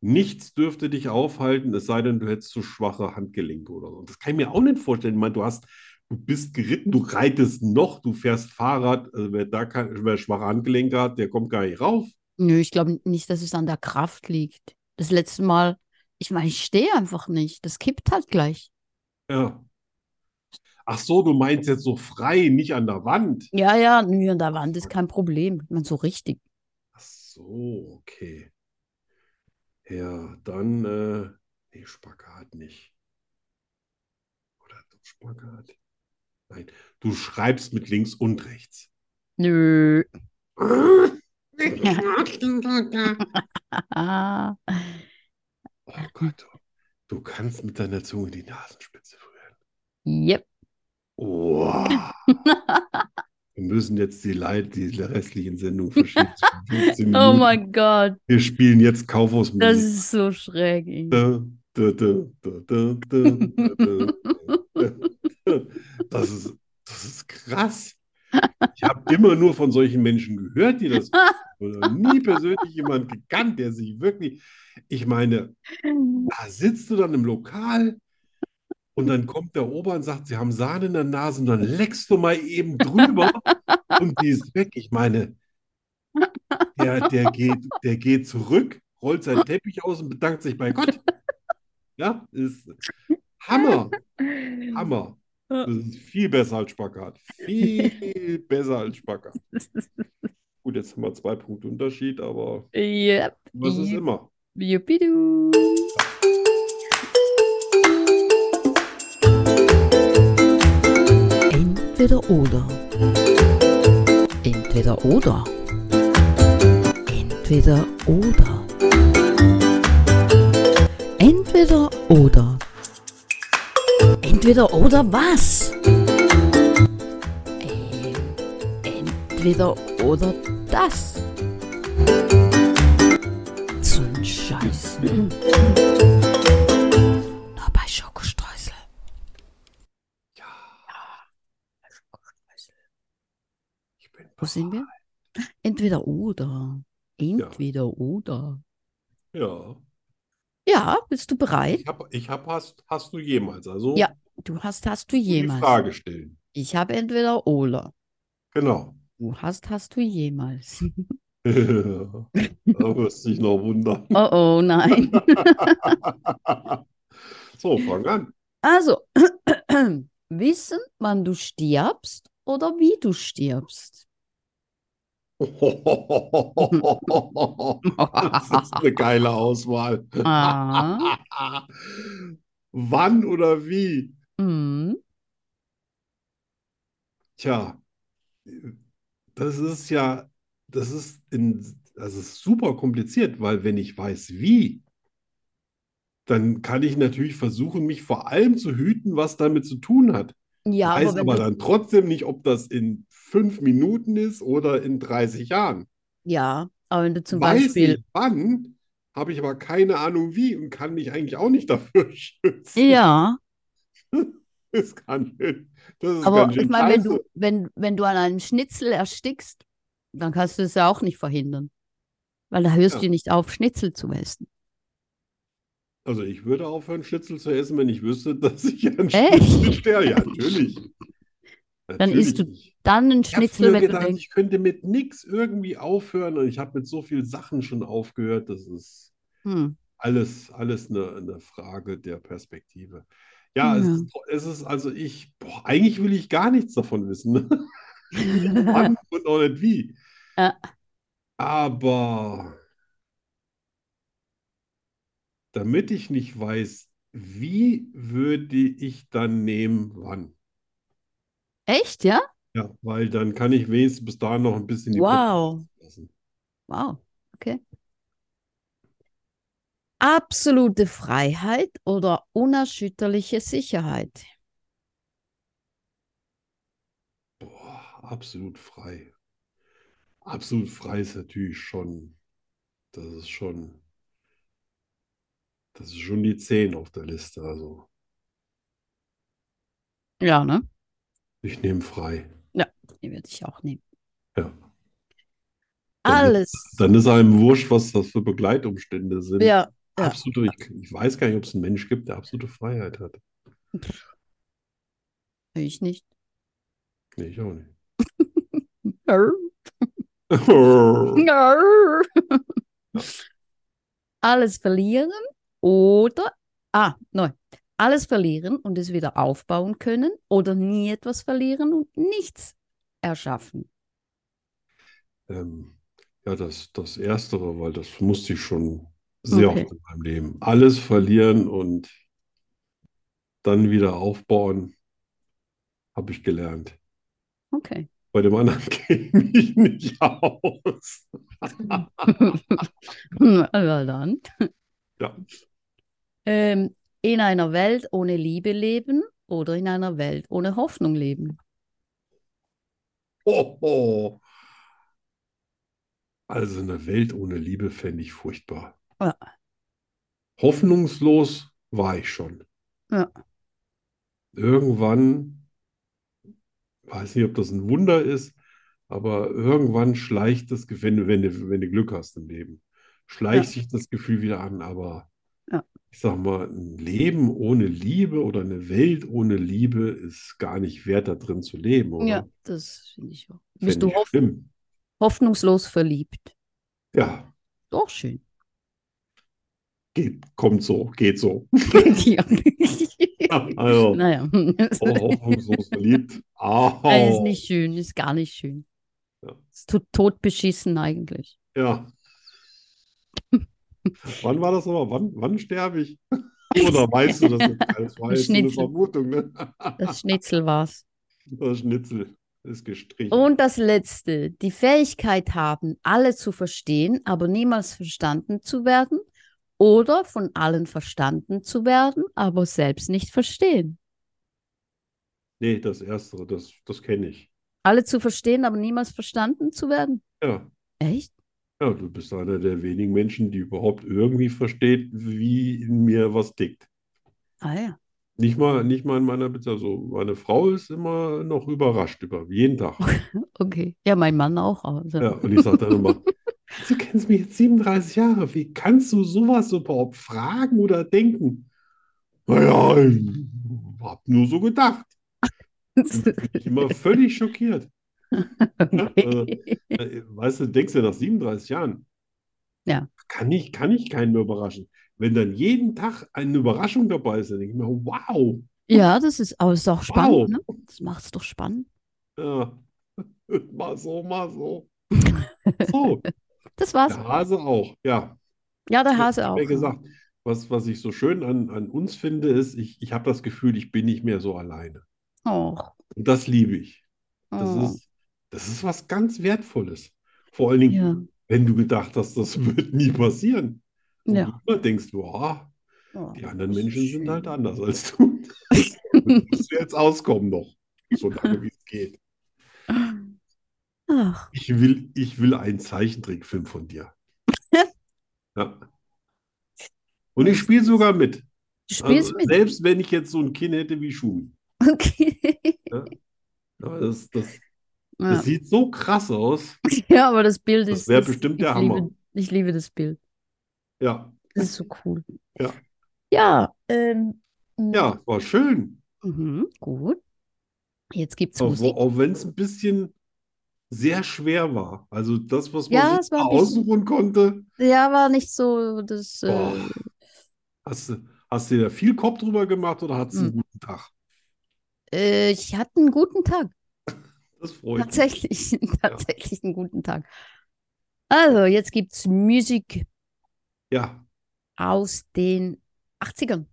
Nichts dürfte dich aufhalten, es sei denn, du hättest zu schwache Handgelenke oder so. Das kann ich mir auch nicht vorstellen. Ich meine, du hast, du bist geritten, du reitest noch, du fährst Fahrrad. Also wer da kein, wer schwache Handgelenke hat, der kommt gar nicht rauf.
Nö, ich glaube nicht, dass es an der Kraft liegt. Das letzte Mal, ich meine, ich stehe einfach nicht. Das kippt halt gleich.
Ja. Ach so, du meinst jetzt so frei, nicht an der Wand.
Ja, ja, nö, an der Wand ist kein Problem. Ich meine, so richtig.
Ach so, okay. Ja, dann, äh, nee, Spagat nicht. Oder doch Spagat. Nein, du schreibst mit links und rechts.
Nö.
Oh
Ah.
Gott, du kannst mit deiner Zunge die Nasenspitze berühren.
Yep.
Wow. Wir müssen jetzt die, Leid, die restlichen Sendungen verschieben. 15
Oh
Minuten.
mein Gott,
Wir spielen jetzt Kaufhausmusik.
das ist so schräg. ey.
Da, da, da, da, da, da, da, da, da. Das ist, das ist krass. Ich habe immer nur von solchen Menschen gehört, die das oder nie persönlich jemand gekannt, der sich wirklich. Ich meine, da sitzt du dann im Lokal und dann kommt der Ober und sagt, sie haben Sahne in der Nase und dann leckst du mal eben drüber und die ist weg. Ich meine, der, der geht, der geht zurück, rollt seinen Teppich aus und bedankt sich bei Gott. Ja, ist Hammer, Hammer. Das ist viel besser als Spagat. Viel besser als Spagat. Gut, jetzt haben wir zwei Punkte Unterschied, aber
Yep.
was ist immer?
Yuppidu.
Entweder oder. Entweder oder. Entweder oder. Entweder oder. Entweder oder was? Ähm, entweder oder das. Zum Scheiß. Nur bei Schokostreusel.
Ich bin
Wo sind wir? Entweder oder. Entweder oder.
Ja.
Ja, bist du bereit?
Ich habe, ich hab, hast, hast du jemals? Also
Ja, Du hast, hast du
die
jemals.
Frage stellen.
Ich habe entweder oder.
Genau.
Du hast, hast du jemals.
da wirst du dich noch wundern.
Oh oh, nein.
So, fang an.
Also, wissen, wann du stirbst oder wie du stirbst.
Das ist eine geile Auswahl.
Ah.
Wann oder wie?
Mhm.
Tja, das ist ja, das ist in, das ist super kompliziert, weil wenn ich weiß, wie, dann kann ich natürlich versuchen, mich vor allem zu hüten, was damit zu tun hat.
Ja,
Weiß
aber wenn
aber
du,
dann trotzdem nicht, ob das in fünf Minuten ist oder in 30 Jahren.
ja, aber wenn du zum
Weiß
Beispiel,
ich wann, habe ich aber keine Ahnung wie und kann mich eigentlich auch nicht dafür schützen.
ja,
Das kann, das ist
aber
ganz
ich
schön
meine, wenn du,
scheiße.
wenn, wenn du an einem Schnitzel erstickst, dann kannst du es ja auch nicht verhindern, weil da hörst
Ja,
du nicht auf, Schnitzel zu essen.
also ich würde aufhören, Schnitzel zu essen, wenn ich wüsste, dass ich an Schnitzel
Echt?
sterbe. Ja, natürlich.
Dann isst
Natürlich
du
nicht.
dann einen
Ich habe
Schnitzel,
früher
wenn du
gedacht,
denkst,
ich könnte mit nichts irgendwie aufhören und ich habe mit so vielen Sachen schon aufgehört. Das ist
hm,
alles, alles eine, eine Frage der Perspektive. Ja, es
ja.
ist, es ist also ich, boah, eigentlich will ich gar nichts davon wissen. Nicht
hm.
wann und auch nicht wie.
Ja.
Aber damit ich nicht weiß, wie würde ich dann nehmen, wann?
Echt, ja?
Ja, weil dann kann ich wenigstens bis dahin noch ein bisschen die Puppe
Wow,
wachsen lassen.
wow, okay. Absolute Freiheit oder unerschütterliche Sicherheit?
Boah, absolut frei. Absolut frei ist natürlich schon, das ist schon, das ist schon die 10 auf der Liste. Also
Ja, ne?
ich nehme frei.
Ja, die würde ich auch nehmen.
Ja. Dann ist,
Alles.
dann ist einem wurscht, was das für Begleitumstände sind.
Ja, ja.
Absolute, ich, ich weiß gar nicht, ob es einen Mensch gibt, der absolute Freiheit hat.
Ich nicht.
Nee, ich auch nicht.
Arr, arr.
Ja.
Alles verlieren oder. Ah, nein. Alles verlieren und es wieder aufbauen können oder nie etwas verlieren und nichts erschaffen.
Ähm, ja, das, das Erstere, weil das musste ich schon sehr
Okay.
oft in meinem Leben. Alles verlieren und dann wieder aufbauen, habe ich gelernt.
Okay.
Bei dem anderen käme ich nicht aus.
Na dann.
Ja,
Ähm, in einer Welt ohne Liebe leben oder in einer Welt ohne Hoffnung leben.
Hoho. Also eine Welt ohne Liebe fände ich furchtbar.
Ja,
Hoffnungslos war ich schon.
ja.
Irgendwann, weiß nicht, ob das ein Wunder ist, aber irgendwann schleicht das Gefühl, wenn du, wenn du Glück hast im Leben,
Ja,
schleicht sich das Gefühl wieder an. Aber
ja.
ich sag mal, ein Leben ohne Liebe oder eine Welt ohne Liebe ist gar nicht wert, da drin zu leben,
Ja,
oder?
das finde ich auch. Bist
Fände
du
ich
hoff
schlimm.
hoffnungslos verliebt?
Ja,
Doch schön.
geht, kommt so, geht so.
Ja.
Also,
Naja,
oh, hoffnungslos verliebt.
Nein, ist
Au.
nicht schön, ist gar nicht schön.
Ja.
Ist tot, tot beschissen eigentlich.
Ja, wann war das nochmal? Wann, wann sterbe ich? Oder weißt du das nicht? Das war jetzt nur
Ein
eine
Schnitzel,
Vermutung, ne?
das Schnitzel war's.
Das Schnitzel ist gestrichen.
Und das Letzte, die Fähigkeit haben, alle zu verstehen, aber niemals verstanden zu werden oder von allen verstanden zu werden, aber selbst nicht verstehen.
Nee, das Erstere, das, das kenne ich.
Alle zu verstehen, aber niemals verstanden zu werden.
Ja.
Echt?
Ja, du bist einer der wenigen Menschen, die überhaupt irgendwie versteht, wie in mir was tickt.
Ah ja.
Nicht mal, nicht mal in meiner Beziehung. Also meine Frau ist immer noch überrascht über jeden Tag.
Okay. Ja, mein Mann auch. Also.
Ja, und ich sage dann immer, du kennst mich jetzt 37 Jahre. Wie kannst du sowas überhaupt fragen oder denken? Naja, ich hab nur so gedacht. Bin ich immer völlig schockiert. Ja, also,
Okay.
äh, weißt du, denkst du nach 37 Jahren,
Ja.
kann ich, kann ich keinen mehr überraschen. Wenn dann jeden Tag eine Überraschung dabei ist, dann denke ich mir, wow,
Ja, das ist, aber ist auch spannend,
wow.
ne? Das macht es doch spannend.
Ja, Äh, mal so, mal so. So,
Das war's.
der Hase auch, ja.
Ja, der
Ja,
Hase
Ich habe ja
auch. ne? Ja.
gesagt. was, was ich so schön an, an uns finde, ist, ich, ich habe das Gefühl, ich bin nicht mehr so alleine.
Oh,
Und das liebe ich. Das
oh.
ist, das ist was ganz Wertvolles. Vor allen Dingen,
ja, Mhm.
wenn du gedacht hast, das wird nie passieren. Und
ja.
du immer denkst, boah,
Oh,
die anderen
das ist
Menschen sind
schön.
halt anders als du. Du musst jetzt auskommen noch, solange wie es geht.
Ach,
Ich will, ich will einen Zeichentrickfilm von dir. Ja. Und ich spiele sogar mit.
du spielst
Also,
mit.
Selbst wenn ich jetzt so ein Kinn hätte wie Schumi.
Okay.
Aber das, das,
Ja.
das sieht so krass aus.
ja, aber das Bild
Das
ist.
wär
ist-
bestimmt
ich
der
liebe,
Hammer.
Ich liebe das Bild.
Ja,
Das ist so cool.
Ja.
Ja, ähm,
ja, war schön.
Mhm, gut. Jetzt gibt's
Auch,
Musik.
auch wenn es ein bisschen sehr schwer war. Also das, was man
Ja,
sich
es war ein
da
bisschen-
aussuchen konnte,
Ja, war nicht so das.
Boah.
Äh,
hast du, hast du da viel Kopf drüber gemacht oder hattest einen
Mhm.
guten Tag?
äh, ich hatte einen guten Tag.
Das freut mich.
Tatsächlich, tatsächlich einen guten Tag. Also, jetzt gibt's Musik
Ja.
aus den 80ern.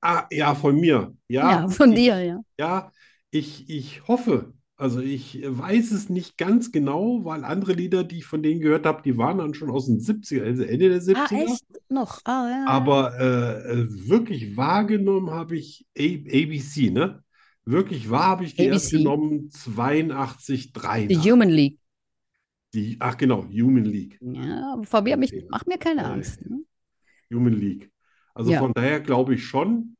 Ah, ja, von mir. Ja,
Ja, von
ich,
dir, ja.
Ja, ich, ich hoffe. Also ich weiß es nicht ganz genau, weil andere Lieder, die ich von denen gehört habe, die waren dann schon aus den 70er, also Ende der
Ah,
70er.
echt? Noch? Ah, ja.
Aber äh, äh, wirklich wahrgenommen habe ich A ABC, ne? Wirklich wahr habe ich die erst
ABC.
genommen 82,
The
83.
Human League.
Die, ach genau, Human League.
Ja, verwirr mich,
Okay.
mach mir keine
Ja,
Angst.
ja.
ne?
Human League. Also
Ja.
von daher glaube ich schon,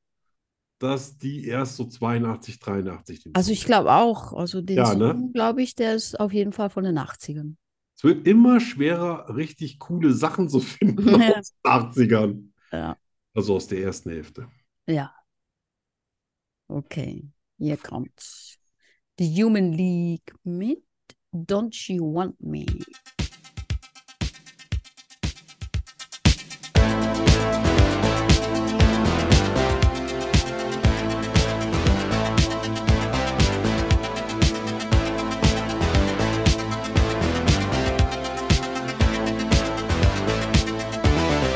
dass die erst so 82, 83 den
Also,
Song
ich glaube auch, also den
Ja, ne?
Song, glaube ich, der ist auf jeden Fall von den 80ern.
Es wird immer schwerer, richtig coole Sachen zu finden
Ja.
aus den 80ern.
Ja.
Also aus der ersten Hälfte.
Ja. Okay, hier kommt's. The Human League mit Don't You Want Me.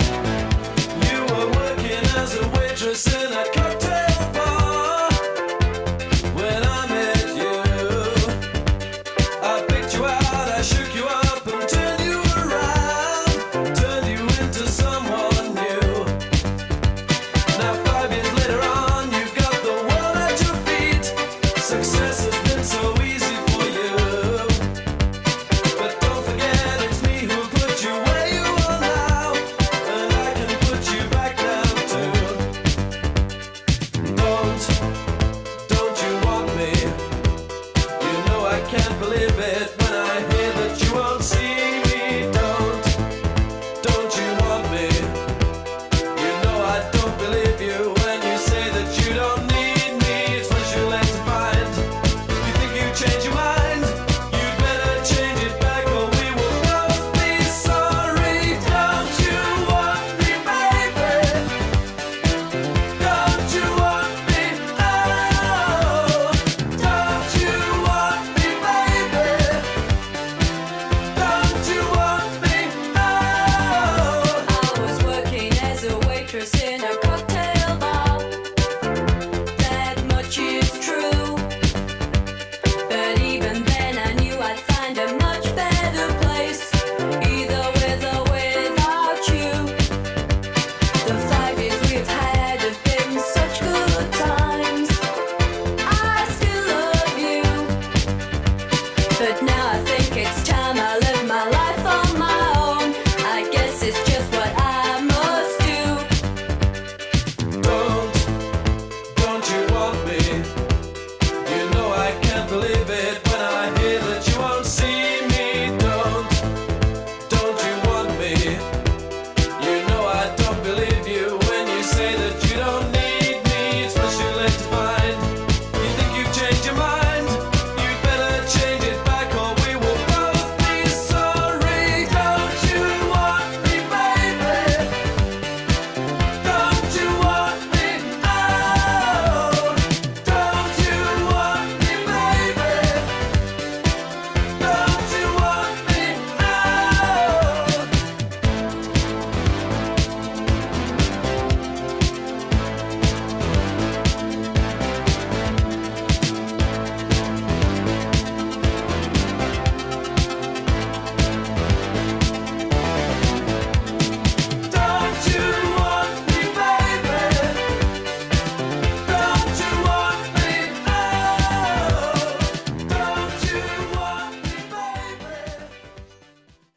You were working as a waitress in a cocktail bar when I met you. I picked you out, I shook you up, Oh, Oh.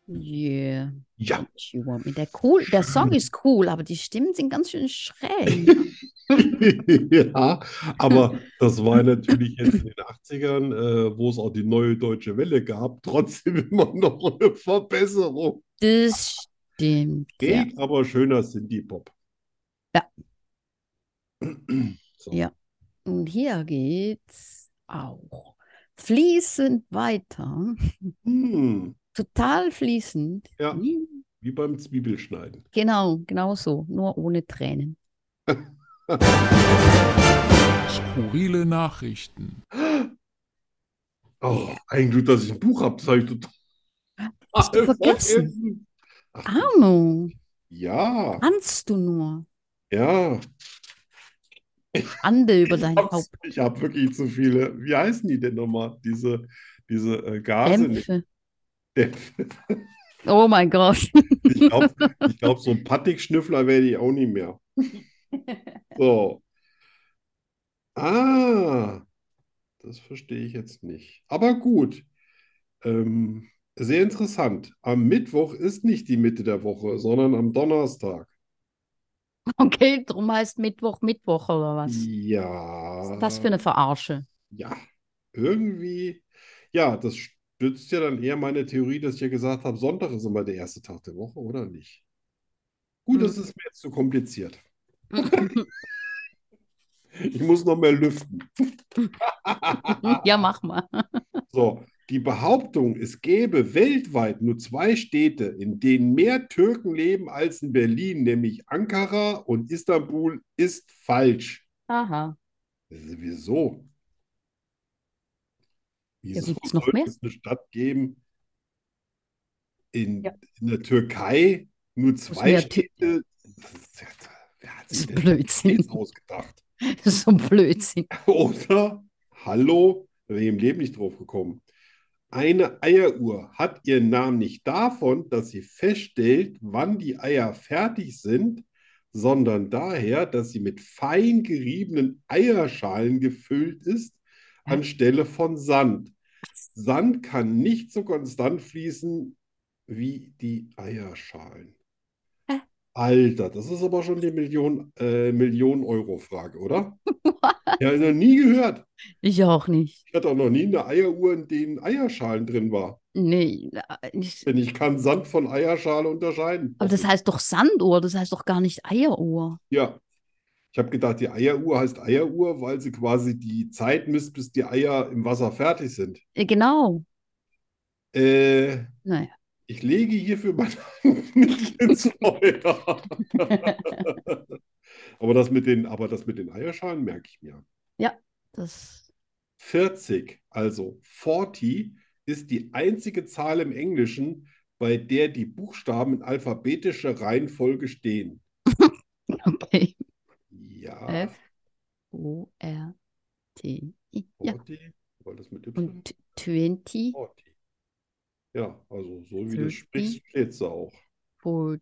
Yeah.
Ja.
What you want me? Der, cool, der Song ist cool, aber die Stimmen sind ganz schön schräg.
ja, aber das war natürlich jetzt in den 80ern, äh, wo es auch die neue deutsche Welle gab, trotzdem immer noch eine Verbesserung.
Das stimmt. Ja.
Geht aber schöner Synthie-Pop.
Ja.
So.
Ja. Und hier geht's auch fließend weiter.
Hm,
Total fließend.
Ja.
Wie-
wie beim Zwiebelschneiden.
Genau, genau so. Nur ohne Tränen.
Skurrile Nachrichten.
Oh, ein Glück, dass ich ein Buch habe, das habe ich total
Hast du vergessen?
vergessen. Ach,
Arno,
ja,
kannst du nur.
ja.
Ande über dein
Hab's-
Haupt.
Ich habe wirklich zu viele. Wie heißen die denn nochmal? Diese, diese äh, Gase? nicht
Dämpfe.
Dämpfe.
Oh mein Gott.
Ich glaube, ich glaub, so ein Patikschnüffler werde ich auch nie mehr. So. Ah, das verstehe ich jetzt nicht. Aber gut. Ähm, sehr interessant. Am Mittwoch ist nicht die Mitte der Woche, sondern am Donnerstag.
Okay, drum heißt Mittwoch Mittwoch oder was? Was
Ja.
ist das für eine Verarsche?
Ja, irgendwie, ja, das stützt ja dann eher meine Theorie, dass ich ja gesagt habe, Sonntag ist immer der erste Tag der Woche, oder nicht? Gut, das ist mir jetzt zu kompliziert. Ich muss noch mehr lüften.
Ja, mach mal.
So, die Behauptung, es gäbe weltweit nur zwei Städte, in denen mehr Türken leben als in Berlin, nämlich Ankara und Istanbul, ist falsch.
Aha.
Wieso? Wieso
gibt's noch
sollte
mehr?
es eine Stadt geben in,
Ja.
in der Türkei, nur zwei
mehr Tür-
Städte? Das ist ja- Wer hat
Das
sich
ist
denn das
Blödsinn.
ausgedacht?
Das ist so ein Blödsinn.
Oder, hallo, da wäre ich im Leben nicht drauf gekommen. Eine Eieruhr hat ihren Namen nicht davon, dass sie feststellt, wann die Eier fertig sind, sondern daher, dass sie mit fein geriebenen Eierschalen gefüllt ist, anstelle von Sand. Sand kann nicht so konstant fließen wie die Eierschalen.
Hä?
Alter, das ist aber schon die Million, äh, Million-Euro-Frage, oder? Ja, noch nie gehört.
Ich auch nicht.
Ich hatte auch noch nie eine Eieruhr, in denen Eierschalen drin war.
Nee, na, ich,
Denn ich kann Sand von Eierschale unterscheiden.
aber das heißt doch Sanduhr, das heißt doch gar nicht Eieruhr.
Ja. Ich habe gedacht, die Eieruhr heißt Eieruhr, weil sie quasi die Zeit misst, bis die Eier im Wasser fertig sind.
Äh, Genau.
Äh,
Naja.
ich lege hierfür meine Hand nicht ins Feuer. Aber das mit den, aber das mit den Eierschalen merke ich mir.
Das,
40, also 40, ist die einzige Zahl im Englischen, bei der die Buchstaben in alphabetischer Reihenfolge stehen.
okay.
Ja,
F, O, R, T, I. Ja.
40, war das mit Y?
Und
40.
20,
Ja, also so wie du es sprichst,
30.
steht es auch.
40.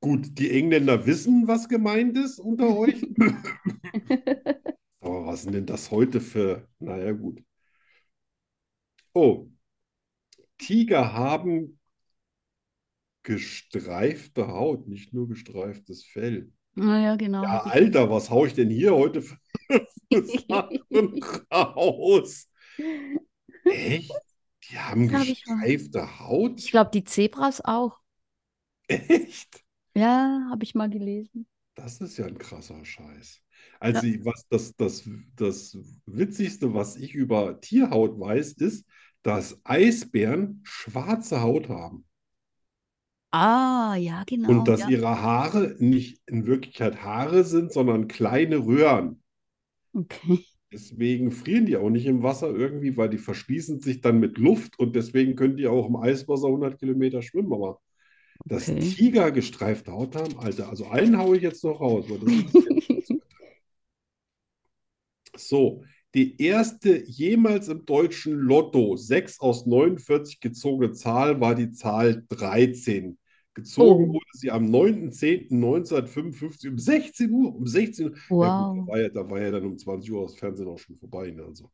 Gut, die Engländer wissen, was gemeint ist unter euch. Aber was sind denn das heute für? Naja, gut. Oh, Tiger haben gestreifte Haut, nicht nur gestreiftes Fell.
Naja, genau.
Ja, Alter, was hau ich denn hier heute für Sachen raus? Echt? Die haben
Das hab ich mal.
gestreifte Haut?
Ich glaube, die Zebras auch.
Echt?
Ja, habe ich mal gelesen.
Das ist ja ein krasser Scheiß. Also, ich- was das, das, das Witzigste, was ich über Tierhaut weiß, ist, dass Eisbären schwarze Haut haben
Ah, ja,
und
genau.
dass
ja.
ihre Haare nicht in Wirklichkeit Haare sind, sondern kleine Röhren.
Okay.
Deswegen frieren die auch nicht im Wasser irgendwie, weil die verschließen sich dann mit Luft und deswegen können die auch im Eiswasser 100 Kilometer schwimmen. Aber dass
Okay.
Tiger gestreifte Haut haben, Alter, also einen haue ich jetzt noch raus, weil das ist So, die erste jemals im deutschen Lotto, 6 aus 49 gezogene Zahl, war die Zahl 13. Gezogen
Oh.
wurde sie am 9.10.1955 um 16 Uhr. Um 16 Uhr. Ja, gut, da
Wow.
war ja, da war ja dann um 20 Uhr das Fernsehen auch schon vorbei. Ne? Also,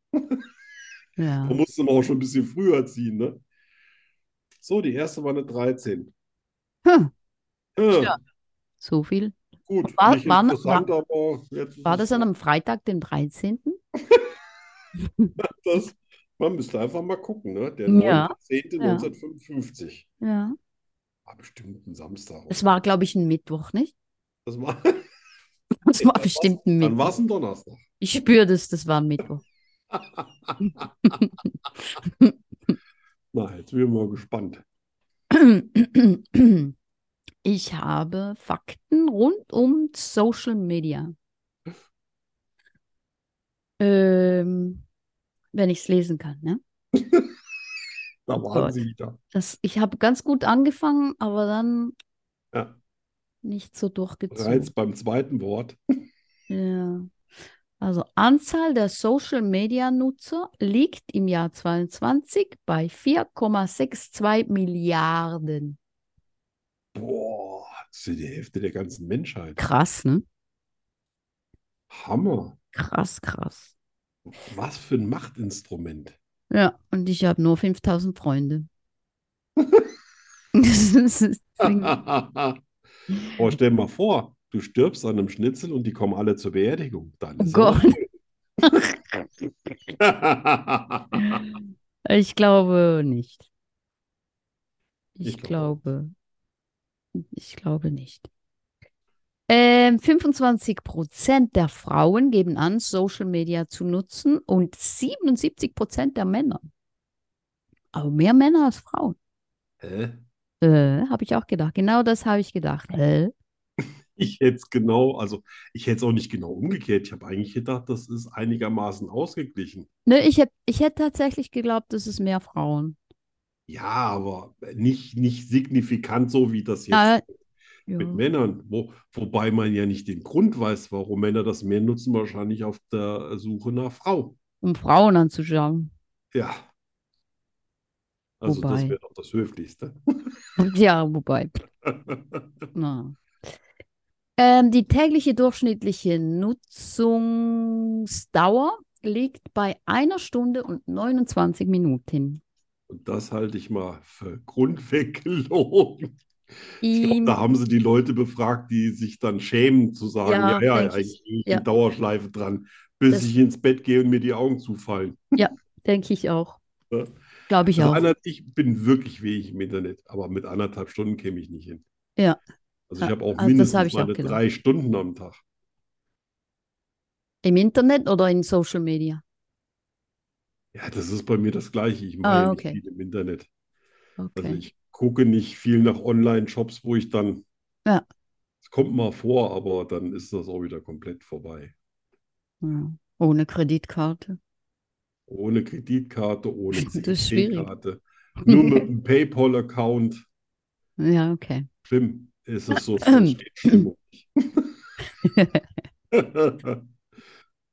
Ja.
da musste man auch schon ein bisschen früher ziehen. Ne? So, die erste war eine 13.
Hm.
Ja,
Ja. So viel.
gut,
War-
nicht
waren-
interessant, aber jetzt ist
War
es
das an einem Freitag, dem 13.?
das, man müsste einfach mal gucken, ne? Der
Ja.
9.10.1955
Ja.
war Ah, bestimmt ein Samstag.
Es war, glaube ich, ein Mittwoch, nicht?
Das war,
Es
Ja,
war
dann
bestimmt ein
dann
Mittwoch.
war es ein Donnerstag.
Ich spüre das, das war ein Mittwoch.
Na, jetzt bin ich mal gespannt.
Ich habe Fakten rund um Social Media. Ähm, wenn ich es lesen kann, ne?
Da
Oh
waren
Gott.
sie wieder.
Das, ich habe ganz gut angefangen, aber dann
Ja,
nicht so
bereits
durchgezogen.
beim zweiten Wort.
Ja. Also Anzahl der Social Media Nutzer liegt im Jahr 22 bei 4,62 Milliarden.
Boah, das ist die Hälfte der ganzen Menschheit.
Krass, ne?
Hammer.
Krass, krass.
Was für ein Machtinstrument.
Ja, und ich habe nur 5000 Freunde. Das ist- deswegen-
Boah, stell dir mal vor, du stirbst an einem Schnitzel und die kommen alle zur Beerdigung. Dann
Oh
ist
Gott,
er-
ich glaube nicht. Ich
Ich glaube
glaube, ich glaube nicht. Ähm, 25 Prozent der Frauen geben an, Social Media zu nutzen und 77 Prozent der Männer. Aber mehr Männer als Frauen.
Hä?
Äh, habe ich auch gedacht. Genau das habe ich gedacht. Äh,
Ich hätte es genau, also ich hätte es auch nicht genau umgekehrt. Ich habe eigentlich gedacht, das ist einigermaßen ausgeglichen.
ne, ich hab, ich hätte tatsächlich geglaubt, es ist mehr Frauen.
Ja, aber nicht, nicht signifikant so wie das
Ja,
jetzt mit
Ja.
Männern, wo, wobei man ja nicht den Grund weiß, warum Männer das mehr nutzen, wahrscheinlich auf der Suche nach Frau.
Um Frauen anzuschauen.
Ja. Also das
Wobei.
wäre doch das Höflichste.
Ja, wobei. Na. Ähm, die tägliche durchschnittliche Nutzungsdauer liegt bei einer Stunde und 29 Minuten.
Und das halte ich mal für grundweg gelogen. Ich glaube,
Im-
da haben sie die Leute befragt, die sich dann schämen zu sagen, ja,
Ja,
ja,
denk
eigentlich
ich.
bin ich
Ja.
in Dauerschleife dran, bis
Das-
ich ins Bett gehe und mir die Augen zufallen.
denke ich auch.
Ja.
Glaube ich
Also
auch.
anderth- ich bin wirklich wenig im Internet, aber mit anderthalb Stunden käme ich nicht hin.
Ja.
Also ich habe auch
Also das habe
mindestens
ich auch
meine
gedacht.
drei Stunden am Tag.
Im Internet oder in Social Media?
Ja, das ist bei mir das Gleiche. Ich
Ah,
mache ja nicht
okay.
viel im Internet. Also
Okay.
ich gucke nicht viel nach Online-Shops, wo ich dann.
Ja.
Es kommt mal vor, aber dann ist das auch wieder komplett vorbei.
Ja. Ohne Kreditkarte.
Ohne Kreditkarte, ohne
Das ist schwierig.
CC-Karte. Nur mit einem PayPal-Account.
Ja, okay.
Schlimm ist es so, sonst steht Stimmung nicht.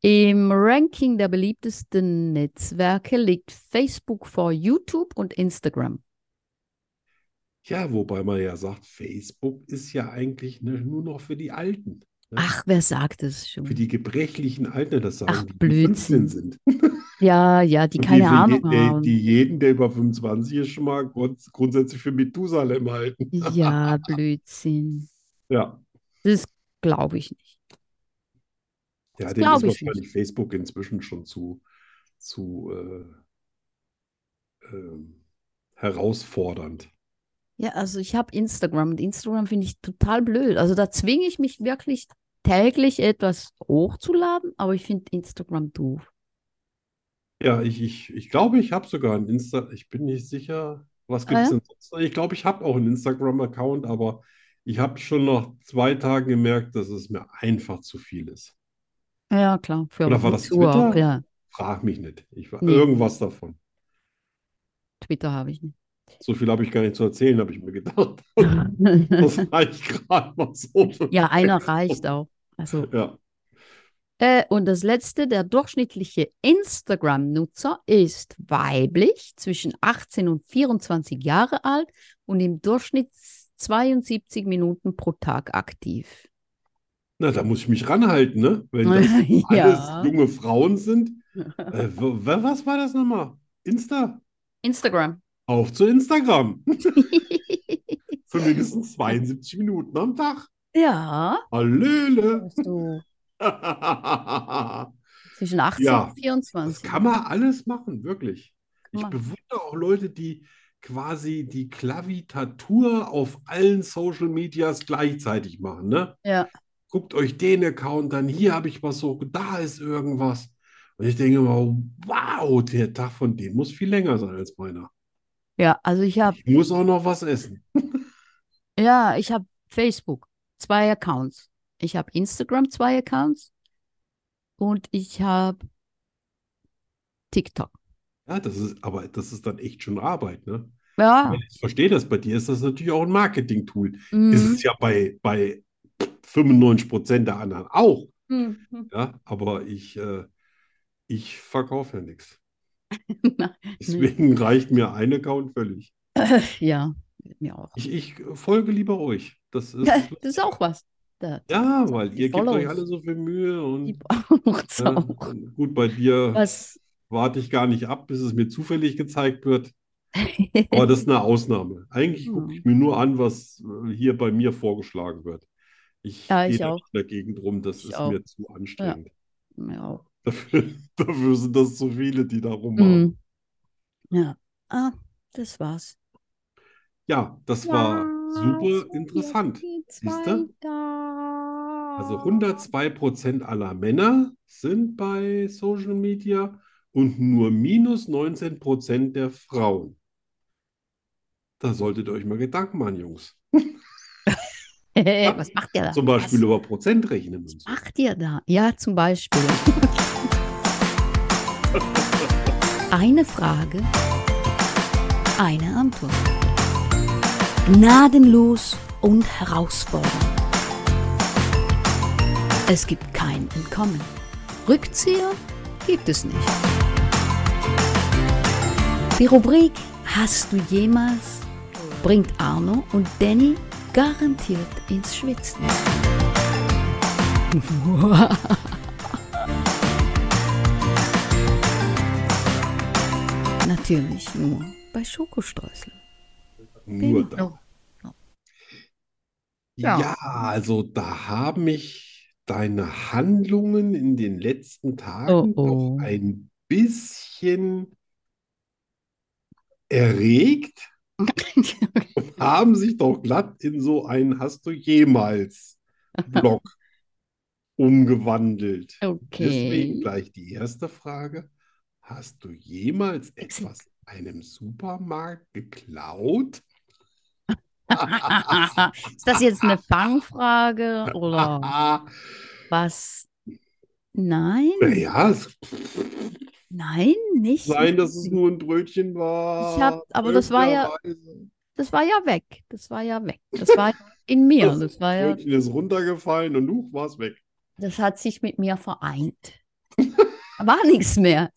Im Ranking der beliebtesten Netzwerke liegt Facebook vor YouTube und Instagram.
Ja, wobei man ja sagt, Facebook ist ja eigentlich ne, nur noch für die Alten. Ne?
Ach, wer sagt es schon?
Für die gebrechlichen Alten, das sagen
Ach,
die, die
Blödsinn.
15 sind.
Ja, ja, die
Und
keine
die, für
Ahnung
je,
haben.
Die, die jeden, der über 25 ist, schon mal grund, grundsätzlich für Methusalem halten.
Ja, Blödsinn.
Ja,
Das glaube ich nicht.
ja
Das
dem
glaub
ist
ich nicht.
wahrscheinlich Facebook inzwischen schon zu, zu äh, ähm, herausfordernd.
Ja, also ich habe Instagram und Instagram finde ich total blöd. Also da zwinge ich mich wirklich täglich etwas hochzuladen, aber ich finde Instagram doof.
Ja, ich, ich, ich glaube, ich habe sogar einen Insta. Ich bin nicht sicher, was
Ah,
gibt es
ja?
denn sonst? noch? Ich glaube, ich habe auch einen Instagram-Account, aber ich habe schon nach zwei Tagen gemerkt, dass es mir einfach zu viel ist.
Ja, klar, für
Oder war das
wozu auch,
Twitter?
ja.
Frag mich nicht. Ich war
Nee.
irgendwas davon.
Twitter habe ich nicht.
So viel habe ich gar nicht zu erzählen, habe ich mir gedacht. Das reicht gerade mal so.
Ja, einer reicht auch. Also,
Ja.
äh, und das letzte, der durchschnittliche Instagram-Nutzer ist weiblich, zwischen 18 und 24 Jahre alt und im Durchschnitt 72 Minuten pro Tag aktiv.
Na, da muss ich mich ranhalten, ne? Wenn das
Ja.
alles junge Frauen sind. Äh, w- w- was war das nochmal? Insta?
Instagram.
Auf zu Instagram. Für mindestens 72 Minuten am Tag.
Ja.
Hallöle.
Hast du
Das
zwischen 18
Ja.
und 24.
kann man alles machen, wirklich. Ich
man.
bewundere auch Leute, die quasi die Klavitatur auf allen Social Medias gleichzeitig machen, ne?
Ja.
Guckt euch den Account an, hier habe ich was so, da ist irgendwas. Und ich denke mal, wow, der Tag von denen muss viel länger sein als meiner.
Ja, also ich habe
Ich muss auch noch was essen.
ja, ich habe Facebook, zwei Accounts. Ich habe Instagram, zwei Accounts. Und ich habe TikTok.
Ja, das ist, aber das ist dann echt schon Arbeit, ne?
Ja.
Ich verstehe das. Bei dir ist das natürlich auch ein Marketing-Tool. Ist
Mhm.
es ja bei, bei 95 Prozent der anderen auch.
Mhm.
Ja, aber ich, äh, ich verkaufe ja nichts.
Nein,
Deswegen reicht mir ein Account völlig.
Ja, mir auch.
Ich, ich folge lieber euch. Das ist,
Das ist auch was. Da,
ja, weil ihr gebt
Follows.
euch alle so viel Mühe und
die braucht's
äh,
auch.
gut, bei dir
Was?
warte ich gar nicht ab, bis es mir zufällig gezeigt wird. Aber das ist eine Ausnahme. Eigentlich gucke ich mir nur an, was äh, hier bei mir vorgeschlagen wird. Ich
Ja, ich
gehe da
auch.
nicht in der Gegend rum, das
Ich
ist
auch.
mir zu anstrengend.
Mir auch.
Dafür, dafür sind das zu viele, die da rummachen.
Mhm. Ja. Ah, das war's.
Ja, das war super interessant. Siehste? Also 102% aller Männer sind bei Social Media und nur minus 19% der Frauen. Da solltet ihr euch mal Gedanken machen, Jungs.
Was macht ihr da?
Zum Beispiel über Prozent rechnen und so.
Was macht ihr da? Ja, zum Beispiel.
Eine Frage, eine Antwort. Gnadenlos und herausfordernd. Es gibt kein Entkommen. Rückzieher gibt es nicht. Die Rubrik Hast du jemals bringt Arno und Danny garantiert ins Schwitzen. Natürlich nur bei Schokostreuseln.
Nur da.
Ja. Ja.
Ja, also da haben mich deine Handlungen in den letzten Tagen
Oh,
doch
oh.
ein bisschen erregt, haben sich doch glatt in so einen Hast du jemals Block umgewandelt. Deswegen
Okay.
gleich die erste Frage. Hast du jemals
Exakt.
etwas in einem Supermarkt geklaut?
Ist das jetzt eine Fangfrage oder
Ah,
was? Nein,
naja, es
nein, nicht.
sein, dass es nur ein Brötchen war.
Ich hab- aber das war ja-
möglicherweise.
Das war ja weg. Das war ja weg. Das war in mir. Das war ja,
Brötchen ist runtergefallen und huch, war es weg.
das hat sich mit mir vereint. War nichts mehr.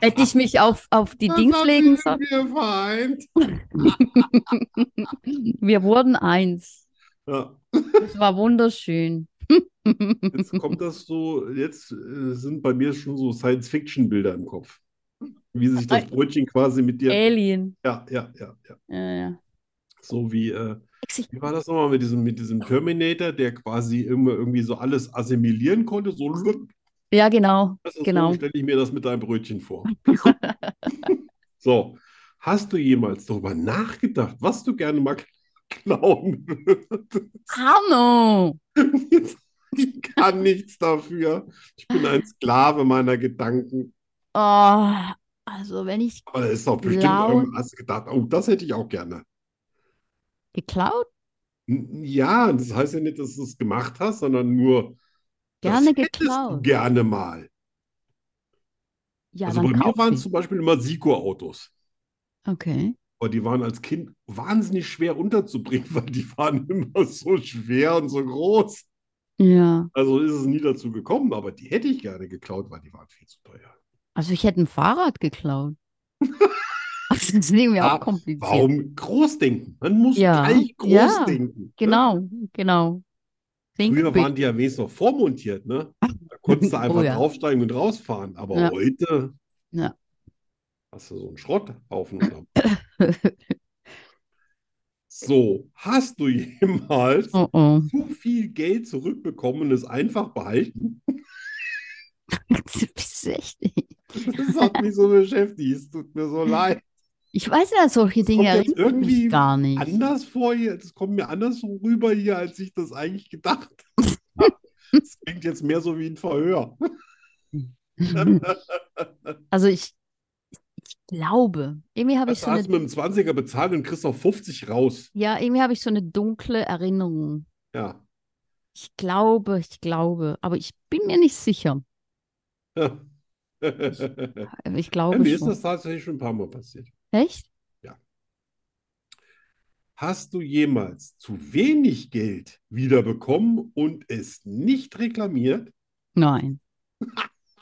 Hätte ich mich auf, auf die
Das
Dings
hat
legen
sich mit
sollen.
mir vereint.
Wir wurden eins.
Ja,
Das war wunderschön.
jetzt kommt das so, jetzt äh, sind bei mir schon so Science-Fiction-Bilder im Kopf. Wie sich das Brötchen quasi mit dir.
Alien.
Ja, ja, ja, ja.
Ja, ja.
So wie, äh,
Exi.
wie war das nochmal mit diesem, mit diesem Terminator, der quasi immer irgendwie so alles assimilieren konnte? So,
ja, genau.
Das ist
Genau.
so stelle ich mir das mit deinem Brötchen vor. So, hast du jemals darüber nachgedacht, was du gerne mal klauen würdest?
Arno!
Ich kann nichts dafür. Ich bin ein Sklave meiner Gedanken.
Oh, also, wenn ich
Aber da ist doch bestimmt
Klauen.
irgendwas gedacht. Oh, das hätte ich auch gerne.
geklaut,
N- Ja, das heißt ja nicht, dass du es gemacht hast, sondern nur, das
gerne
hättest du
geklaut.
gerne mal.
Ja,
Also
dann
bei mir
kauf
waren es
ich.
zum Beispiel immer Siko-Autos.
Okay.
Aber die waren als Kind wahnsinnig schwer unterzubringen, weil die waren immer so schwer und so groß.
Ja.
Also ist es nie dazu gekommen, aber die hätte ich gerne geklaut, weil die waren viel zu teuer.
Also, ich hätte ein Fahrrad geklaut. Das ist irgendwie
Ah,
auch kompliziert.
Warum groß denken? Man muss
Ja,
gleich groß
ja,
denken. Ne?
Genau, genau. Think
Früher
big.
waren die ja wenigstens noch vormontiert, ne? Da konntest du
Oh
einfach
ja.
draufsteigen und rausfahren. Aber
Ja.
heute.
Ja.
Hast du so einen Schrotthaufen? unterm- so, hast du jemals
Oh oh.
zu viel Geld zurückbekommen und es einfach behalten?
Du bist echt-
Das hat mich so beschäftigt. Es tut mir so leid.
Ich weiß ja, solche Dinge
kommt jetzt
erinnern mich
irgendwie
gar nicht.
Anders vor hier, das kommt mir anders rüber hier, als ich das eigentlich gedacht habe. Das klingt jetzt mehr so wie ein Verhör.
Also ich, ich glaube, irgendwie habe ich
Das
so eine,
hast du mit dem 20er bezahlt und kriegst auch 50 raus.
ja, irgendwie habe ich so eine dunkle Erinnerung.
Ja.
Ich glaube, ich glaube, aber ich bin mir nicht sicher.
Ja,
Ich glaube
mir ist
schon.
das tatsächlich schon ein paar Mal passiert.
Echt?
Hast du jemals zu wenig Geld wiederbekommen und es nicht reklamiert?
Nein.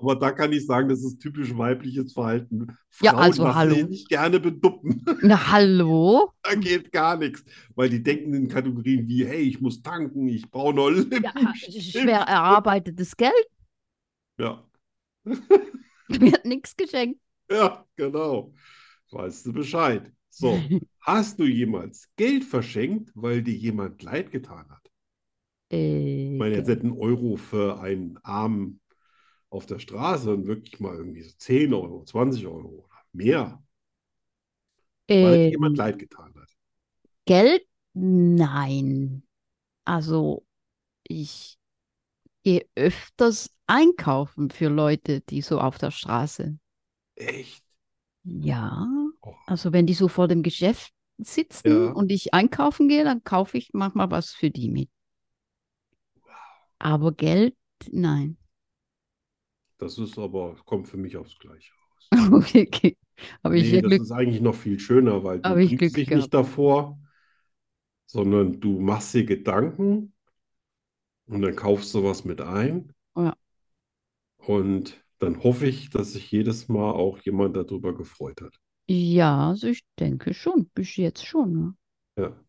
Aber da kann ich sagen, das ist typisch weibliches Verhalten.
Ja,
Frauen
also
lassen sich
hallo.
nicht gerne beduppen.
Na, hallo?
Da geht gar nichts, weil die denken in Kategorien wie, hey, ich muss tanken, ich brauche noch
Ja,
Lippenstift.
schwer erarbeitetes Geld.
Ja,
Mir hat nichts geschenkt.
ja, genau. Weißt du Bescheid. So, hast du jemals Geld verschenkt, weil dir jemand leid getan hat?
Äh,
Ich meine, jetzt
ge-
hätten Euro für einen Armen auf der Straße und wirklich mal irgendwie so 10 Euro, 20 Euro oder mehr, weil
äh,
jemand leid getan hat.
Geld? Nein. Also, ich gehe öfters einkaufen für Leute, die so auf der Straße.
Echt?
Ja,
Oh.
also wenn die so vor dem Geschäft sitzen
Ja.
und ich einkaufen gehe, dann kaufe ich manchmal was für die mit. Aber Geld, nein.
Das ist aber, kommt für mich aufs Gleiche raus.
Okay, okay. Habe ich
Nee,
ja
das
Glück.
ist eigentlich noch viel schöner, weil du
Hab ich
drückst
Glück
dich
gehabt.
nicht davor, sondern du machst dir Gedanken und dann kaufst du was mit ein.
Ja.
Und dann hoffe ich, dass sich jedes Mal auch jemand darüber gefreut hat.
Ja, also ich denke schon, bis jetzt schon. Ne?
Ja.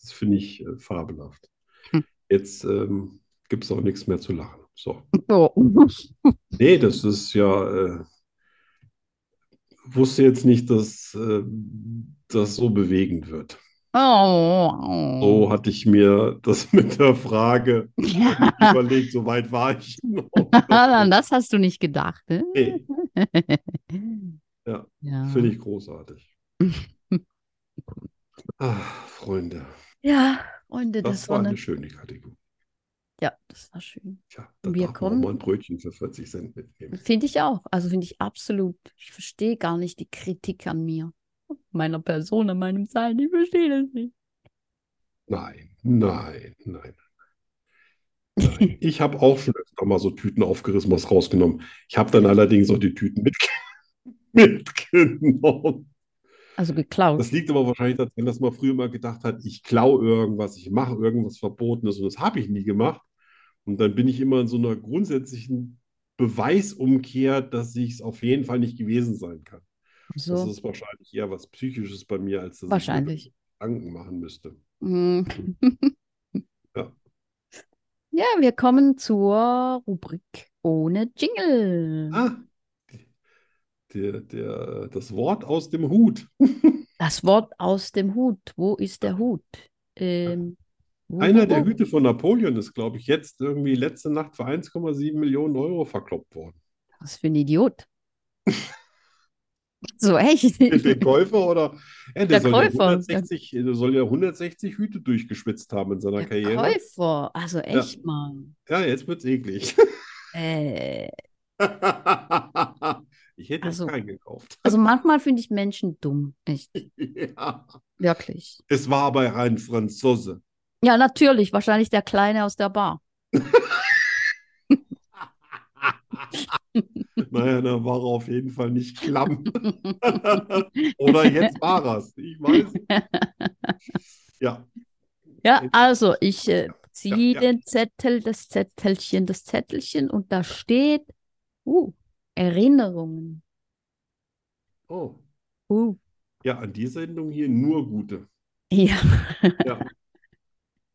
Das finde ich äh, fabelhaft.
Hm.
Jetzt ähm, gibt es auch nichts mehr zu lachen. So.
Oh.
Nee, das ist ja, äh, wusste jetzt nicht, dass äh, das so bewegend wird.
Oh,
So hatte ich mir das mit der Frage
Ja,
überlegt, so weit war ich noch.
an Ah, das hast du nicht gedacht, ne?
Nee, Ja,
Ja, ja.
finde ich großartig. Ach, Freunde,
Ja, Freunde der
das war eine
Sonne.
schöne Kategorie.
Ja, das war schön.
Tja, da
Wir
darf man auch
kommen-
mal ein Brötchen für 40 Cent mitnehmen.
Finde ich auch. Also finde ich absolut. Ich verstehe gar nicht die Kritik an mir, meiner Person, an meinem Sein. Ich verstehe das nicht.
Nein, nein, nein. Nein. Ich habe auch schon öfter mal so Tüten aufgerissen, was rausgenommen. Ich habe dann allerdings auch die Tüten mitge mitgenommen.
Also geklaut.
Das liegt aber wahrscheinlich daran, dass man früher immer gedacht hat, ich klaue irgendwas, ich mache irgendwas Verbotenes und das habe ich nie gemacht. Und dann bin ich immer in so einer grundsätzlichen Beweisumkehr, dass ich es auf jeden Fall nicht gewesen sein kann. Das
So,
ist wahrscheinlich eher was Psychisches bei mir, als dass ich mir
wahrscheinlich.
Gedanken machen müsste.
Mm.
Ja.
Ja, wir kommen zur Rubrik ohne Jingle.
Ah, der, der, das Wort aus dem Hut.
Das Wort aus dem Hut. Wo ist der Hut? Ähm, wo,
Einer
wo,
der
wo?
Hüte von Napoleon ist, glaube ich, jetzt irgendwie letzte Nacht für 1,7 Millionen Euro verkloppt worden.
Was für ein Idiot. So echt.
Der Käufer oder? Ja, der
Der
soll ja
Käufer,
160, der soll ja 160 Hüte durchgeschwitzt haben in seiner
Der
Karriere.
Käufer. Also echt mal.
Ja, jetzt wird's eklig.
Äh,
Ich hätte
Also-
jetzt keinen gekauft.
also manchmal finde ich Menschen dumm. Echt.
Ja.
Wirklich.
Es war aber ein Franzose.
Ja, natürlich. Wahrscheinlich der Kleine aus der Bar.
Naja, da war er auf jeden Fall nicht klamm. Oder jetzt war er's. Ich weiß. nicht. Ja,
Ja, also ich äh, ziehe
ja.
den Zettel, das Zettelchen, das Zettelchen und da steht uh, Erinnerungen.
oh.
Uh,
Ja, an die Sendung hier nur gute.
ja.
Ja.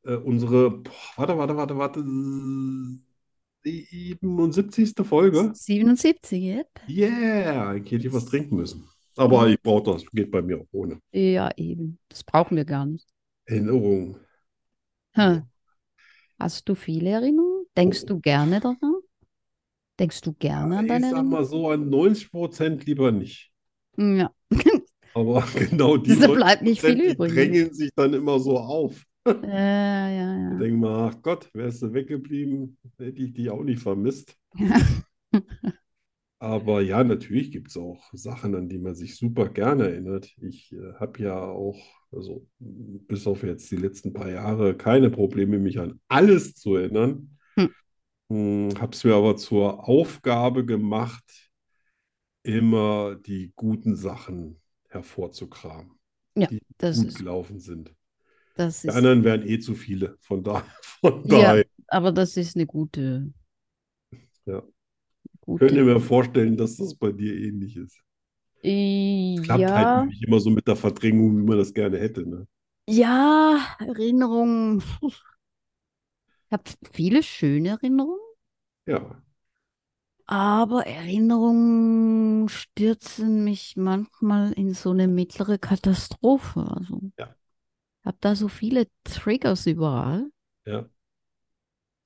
Äh, unsere, boah, warte, warte, warte, warte. die 77. Folge.
77, yep.
Yeah, ich hätte was trinken müssen. Aber
Hm.
ich brauche das, geht bei mir auch ohne.
Ja, eben. Das brauchen wir gar nicht.
Erinnerung.
Hm. Hast du viele Erinnerungen? Denkst du gerne daran? Denkst du gerne an
Ich
deine
sag
Erinnerungen?
mal so, an 90 Prozent lieber nicht.
Ja,
Aber genau die
da bleibt nicht viel
90%, die
übrig.
drängen sich dann immer so auf.
Ja, ja,
Ich
ja.
denke mal, ach Gott, wärst du weggeblieben, hätte ich dich auch nicht vermisst.
Ja.
Aber ja, natürlich gibt es auch Sachen, an die man sich super gerne erinnert. Ich äh, habe ja auch, also mh, bis auf jetzt die letzten paar Jahre, keine Probleme, mich an alles zu erinnern.
Hm.
Habe es mir aber zur Aufgabe gemacht, immer die guten Sachen hervorzukramen,
Das
gut
ist,
gelaufen sind.
das
Die
ist,
anderen wären eh zu viele, von da, von
Ja,
daher.
aber das ist eine gute,
Ja. Ich könnte
gute,
mir vorstellen, dass das bei dir ähnlich ist.
Äh,
Klappt halt
ja,
nicht immer so mit der Verdrängung, wie man das gerne hätte, ne?
ja, Erinnerungen. Puh. Ich habe viele schöne Erinnerungen,
Ja.
aber Erinnerungen stürzen mich manchmal in so eine mittlere Katastrophe. Also,
Ja.
ich habe da so viele Triggers überall.
Ja.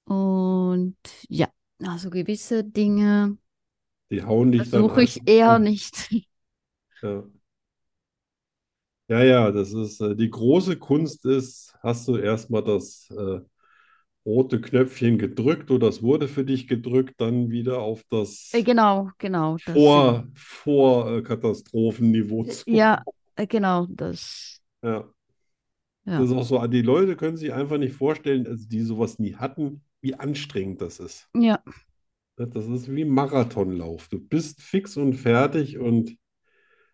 Und ja, also gewisse Dinge
Die hauen dich dann
versuche ich
einfach
eher
um.
nicht.
Ja. Ja, ja, das ist äh, die große Kunst ist, hast du erstmal das äh, rote Knöpfchen gedrückt oder es wurde für dich gedrückt, dann wieder auf das
Äh, Genau, genau, das sind,
vor, vor äh, Katastrophenniveau zu.
ja, äh, genau, das,
Ja.
ja.
Das ist auch so, die Leute können sich einfach nicht vorstellen, also die sowas nie hatten, wie anstrengend das ist.
Ja,
Ne, Das ist wie Marathonlauf. Du bist fix und fertig und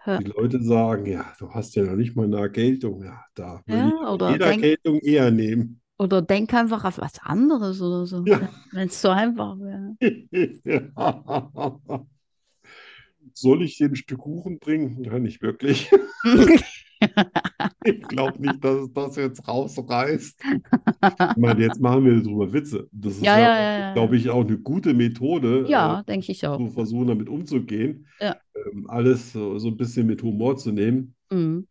Ja.
die Leute sagen, ja, du hast ja noch nicht mal eine Erkältung. Ja, da würde ich
ja, oder
jede
denk,
Erkältung eher nehmen.
oder denk einfach auf was anderes oder so,
Ja.
wenn es so einfach wäre.
Soll ich dir ein Stück Kuchen bringen? Ja, nicht wirklich. Ich glaube nicht, dass es das jetzt rausreißt. Ich meine, jetzt machen wir drüber Witze. Das ist
Ja, ja, ja, ja, ja.
glaube ich, auch eine gute Methode,
Ja, denke ich
äh,
auch.
zu versuchen, damit umzugehen.
Ja.
Ähm, alles so, so ein bisschen mit Humor zu nehmen.
Mhm.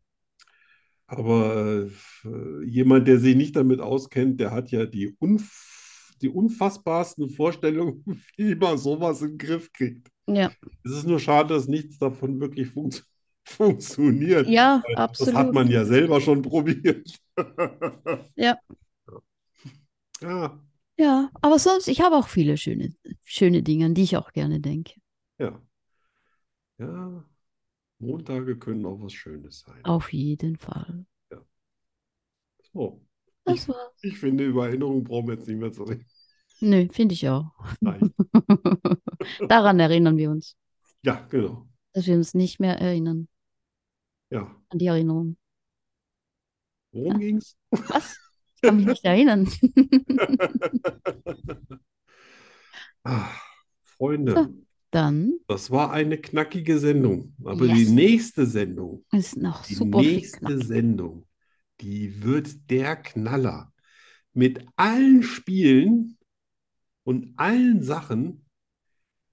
Aber äh, jemand, der sich nicht damit auskennt, der hat ja die, unf die unfassbarsten Vorstellungen, wie man sowas in den Griff kriegt.
Ja,
Es ist nur schade, dass nichts davon wirklich funkt funktioniert.
ja,
Das hat
absolut.
man ja selber schon probiert.
Ja.
Ja,
Ja, aber sonst, ich habe auch viele schöne, schöne Dinge, an die ich auch gerne denke.
ja. Ja, Montage können auch was Schönes sein.
Auf jeden Fall.
So,
Das war.
ich finde, über Erinnerungen brauchen wir jetzt nicht mehr zu reden.
Nö, finde ich auch.
Nein.
Daran erinnern wir uns,
Ja, genau.
dass wir uns nicht mehr erinnern
Ja.
an die Erinnerung.
Worum ging's?
Was? Ich kann mich nicht erinnern.
Ah, Freunde,
Dann
das war eine knackige Sendung. Aber
Yes.
die nächste Sendung,
ist noch
die
super viel
nächste
knapp.
Sendung, die wird der Knaller. Mit allen Spielen und allen Sachen,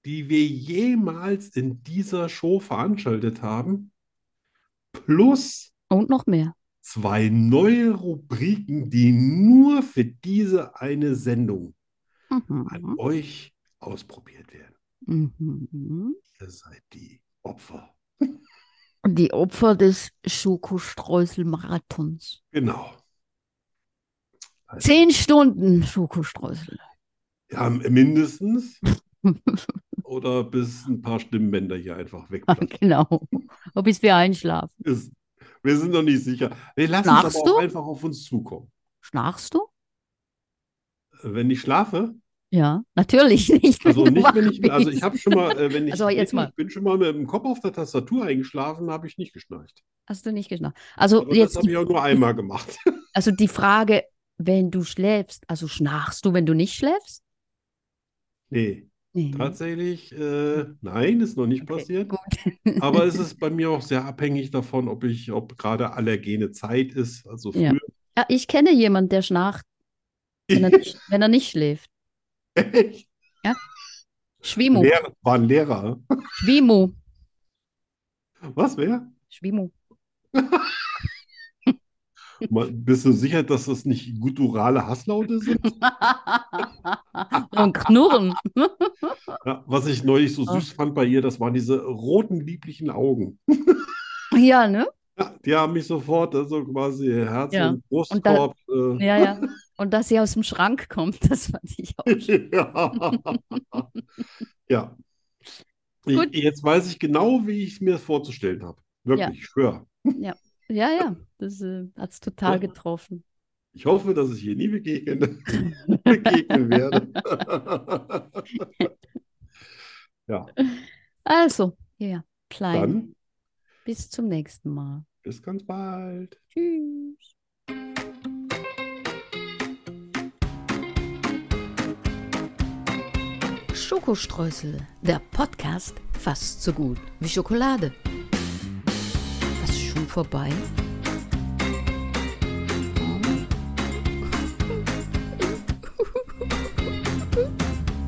die wir jemals in dieser Show veranstaltet haben, plus
Und noch mehr.
zwei neue Rubriken, die nur für diese eine Sendung an
Mhm.
euch ausprobiert werden.
Mhm.
Ihr seid die Opfer.
Die Opfer des Schokostreusel-Marathons.
Genau. Also,
Zehn Stunden Schokostreusel.
ja, mindestens. Oder bis ein paar Stimmbänder hier einfach wegplatzen.
Genau. Und bis wir einschlafen.
Ist- Wir sind noch nicht sicher. Wir lassen es
Schnarchst
aber auch
du?
einfach auf uns zukommen. Äh,
Schnarchst du?
Wenn ich schlafe,
Ja, natürlich nicht, wenn
also
du
nicht,
wach
wenn ich, also ich
bist.
habe schon mal, äh, wenn ich,
Also jetzt
nee,
mal.
ich bin schon mal mit dem Kopf auf der Tastatur eingeschlafen, habe ich nicht geschnarcht.
Hast du nicht geschnarcht? Also
Aber das
jetzt,
habe ich auch nur einmal gemacht.
also die Frage, wenn du schläfst, also schnarchst du, wenn du nicht schläfst?
Nee,
Nee. ne?
tatsächlich, äh, nein, ist noch nicht
Okay,
passiert.
Gut.
Aber es ist bei mir auch sehr abhängig davon, ob ich, ob gerade allergene Zeit ist, also
Ja.
früher.
Ja, ich kenne jemanden, der schnarcht, wenn er nicht, wenn er nicht schläft.
Echt?
Schwimu.
Lehrer, war ein Lehrer.
Schwimu.
Was, wer?
Schwimu.
Mal- Bist du sicher, dass das nicht gutturale Hasslaute sind?
Und Knurren.
Ja, was ich neulich so
Ah.
süß fand bei ihr, das waren diese roten, lieblichen Augen.
ja, ne?
Ja, die haben mich sofort, also quasi Herz
Ja.
und
Und da-
Brustkorb. äh,
Ja, ja. Und dass sie aus dem Schrank kommt, das fand ich
äh,
auch.
Ja. Ja. Ich,
Gut.
jetzt weiß ich genau, wie ich es mir vorzustellen habe. Wirklich, ich schwör.
Ja, ja. Das äh, hat es total getroffen.
Ich hoffe, dass ich hier nie begegne, begegnen werde.
Also, ja, klein.
Dann
Bis zum nächsten Mal.
bis ganz bald.
Tschüss.
Schokostreusel, der Podcast fast so gut wie Schokolade. Was ist schon vorbei?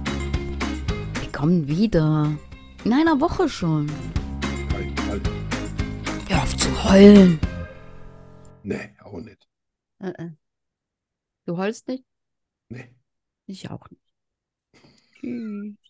Wir kommen wieder. In einer Woche schon.
Halt, halt.
Hör auf zu heulen.
Nee, auch nicht.
Äh, äh. Du heulst nicht?
Nee.
Ich auch nicht. Tschüss.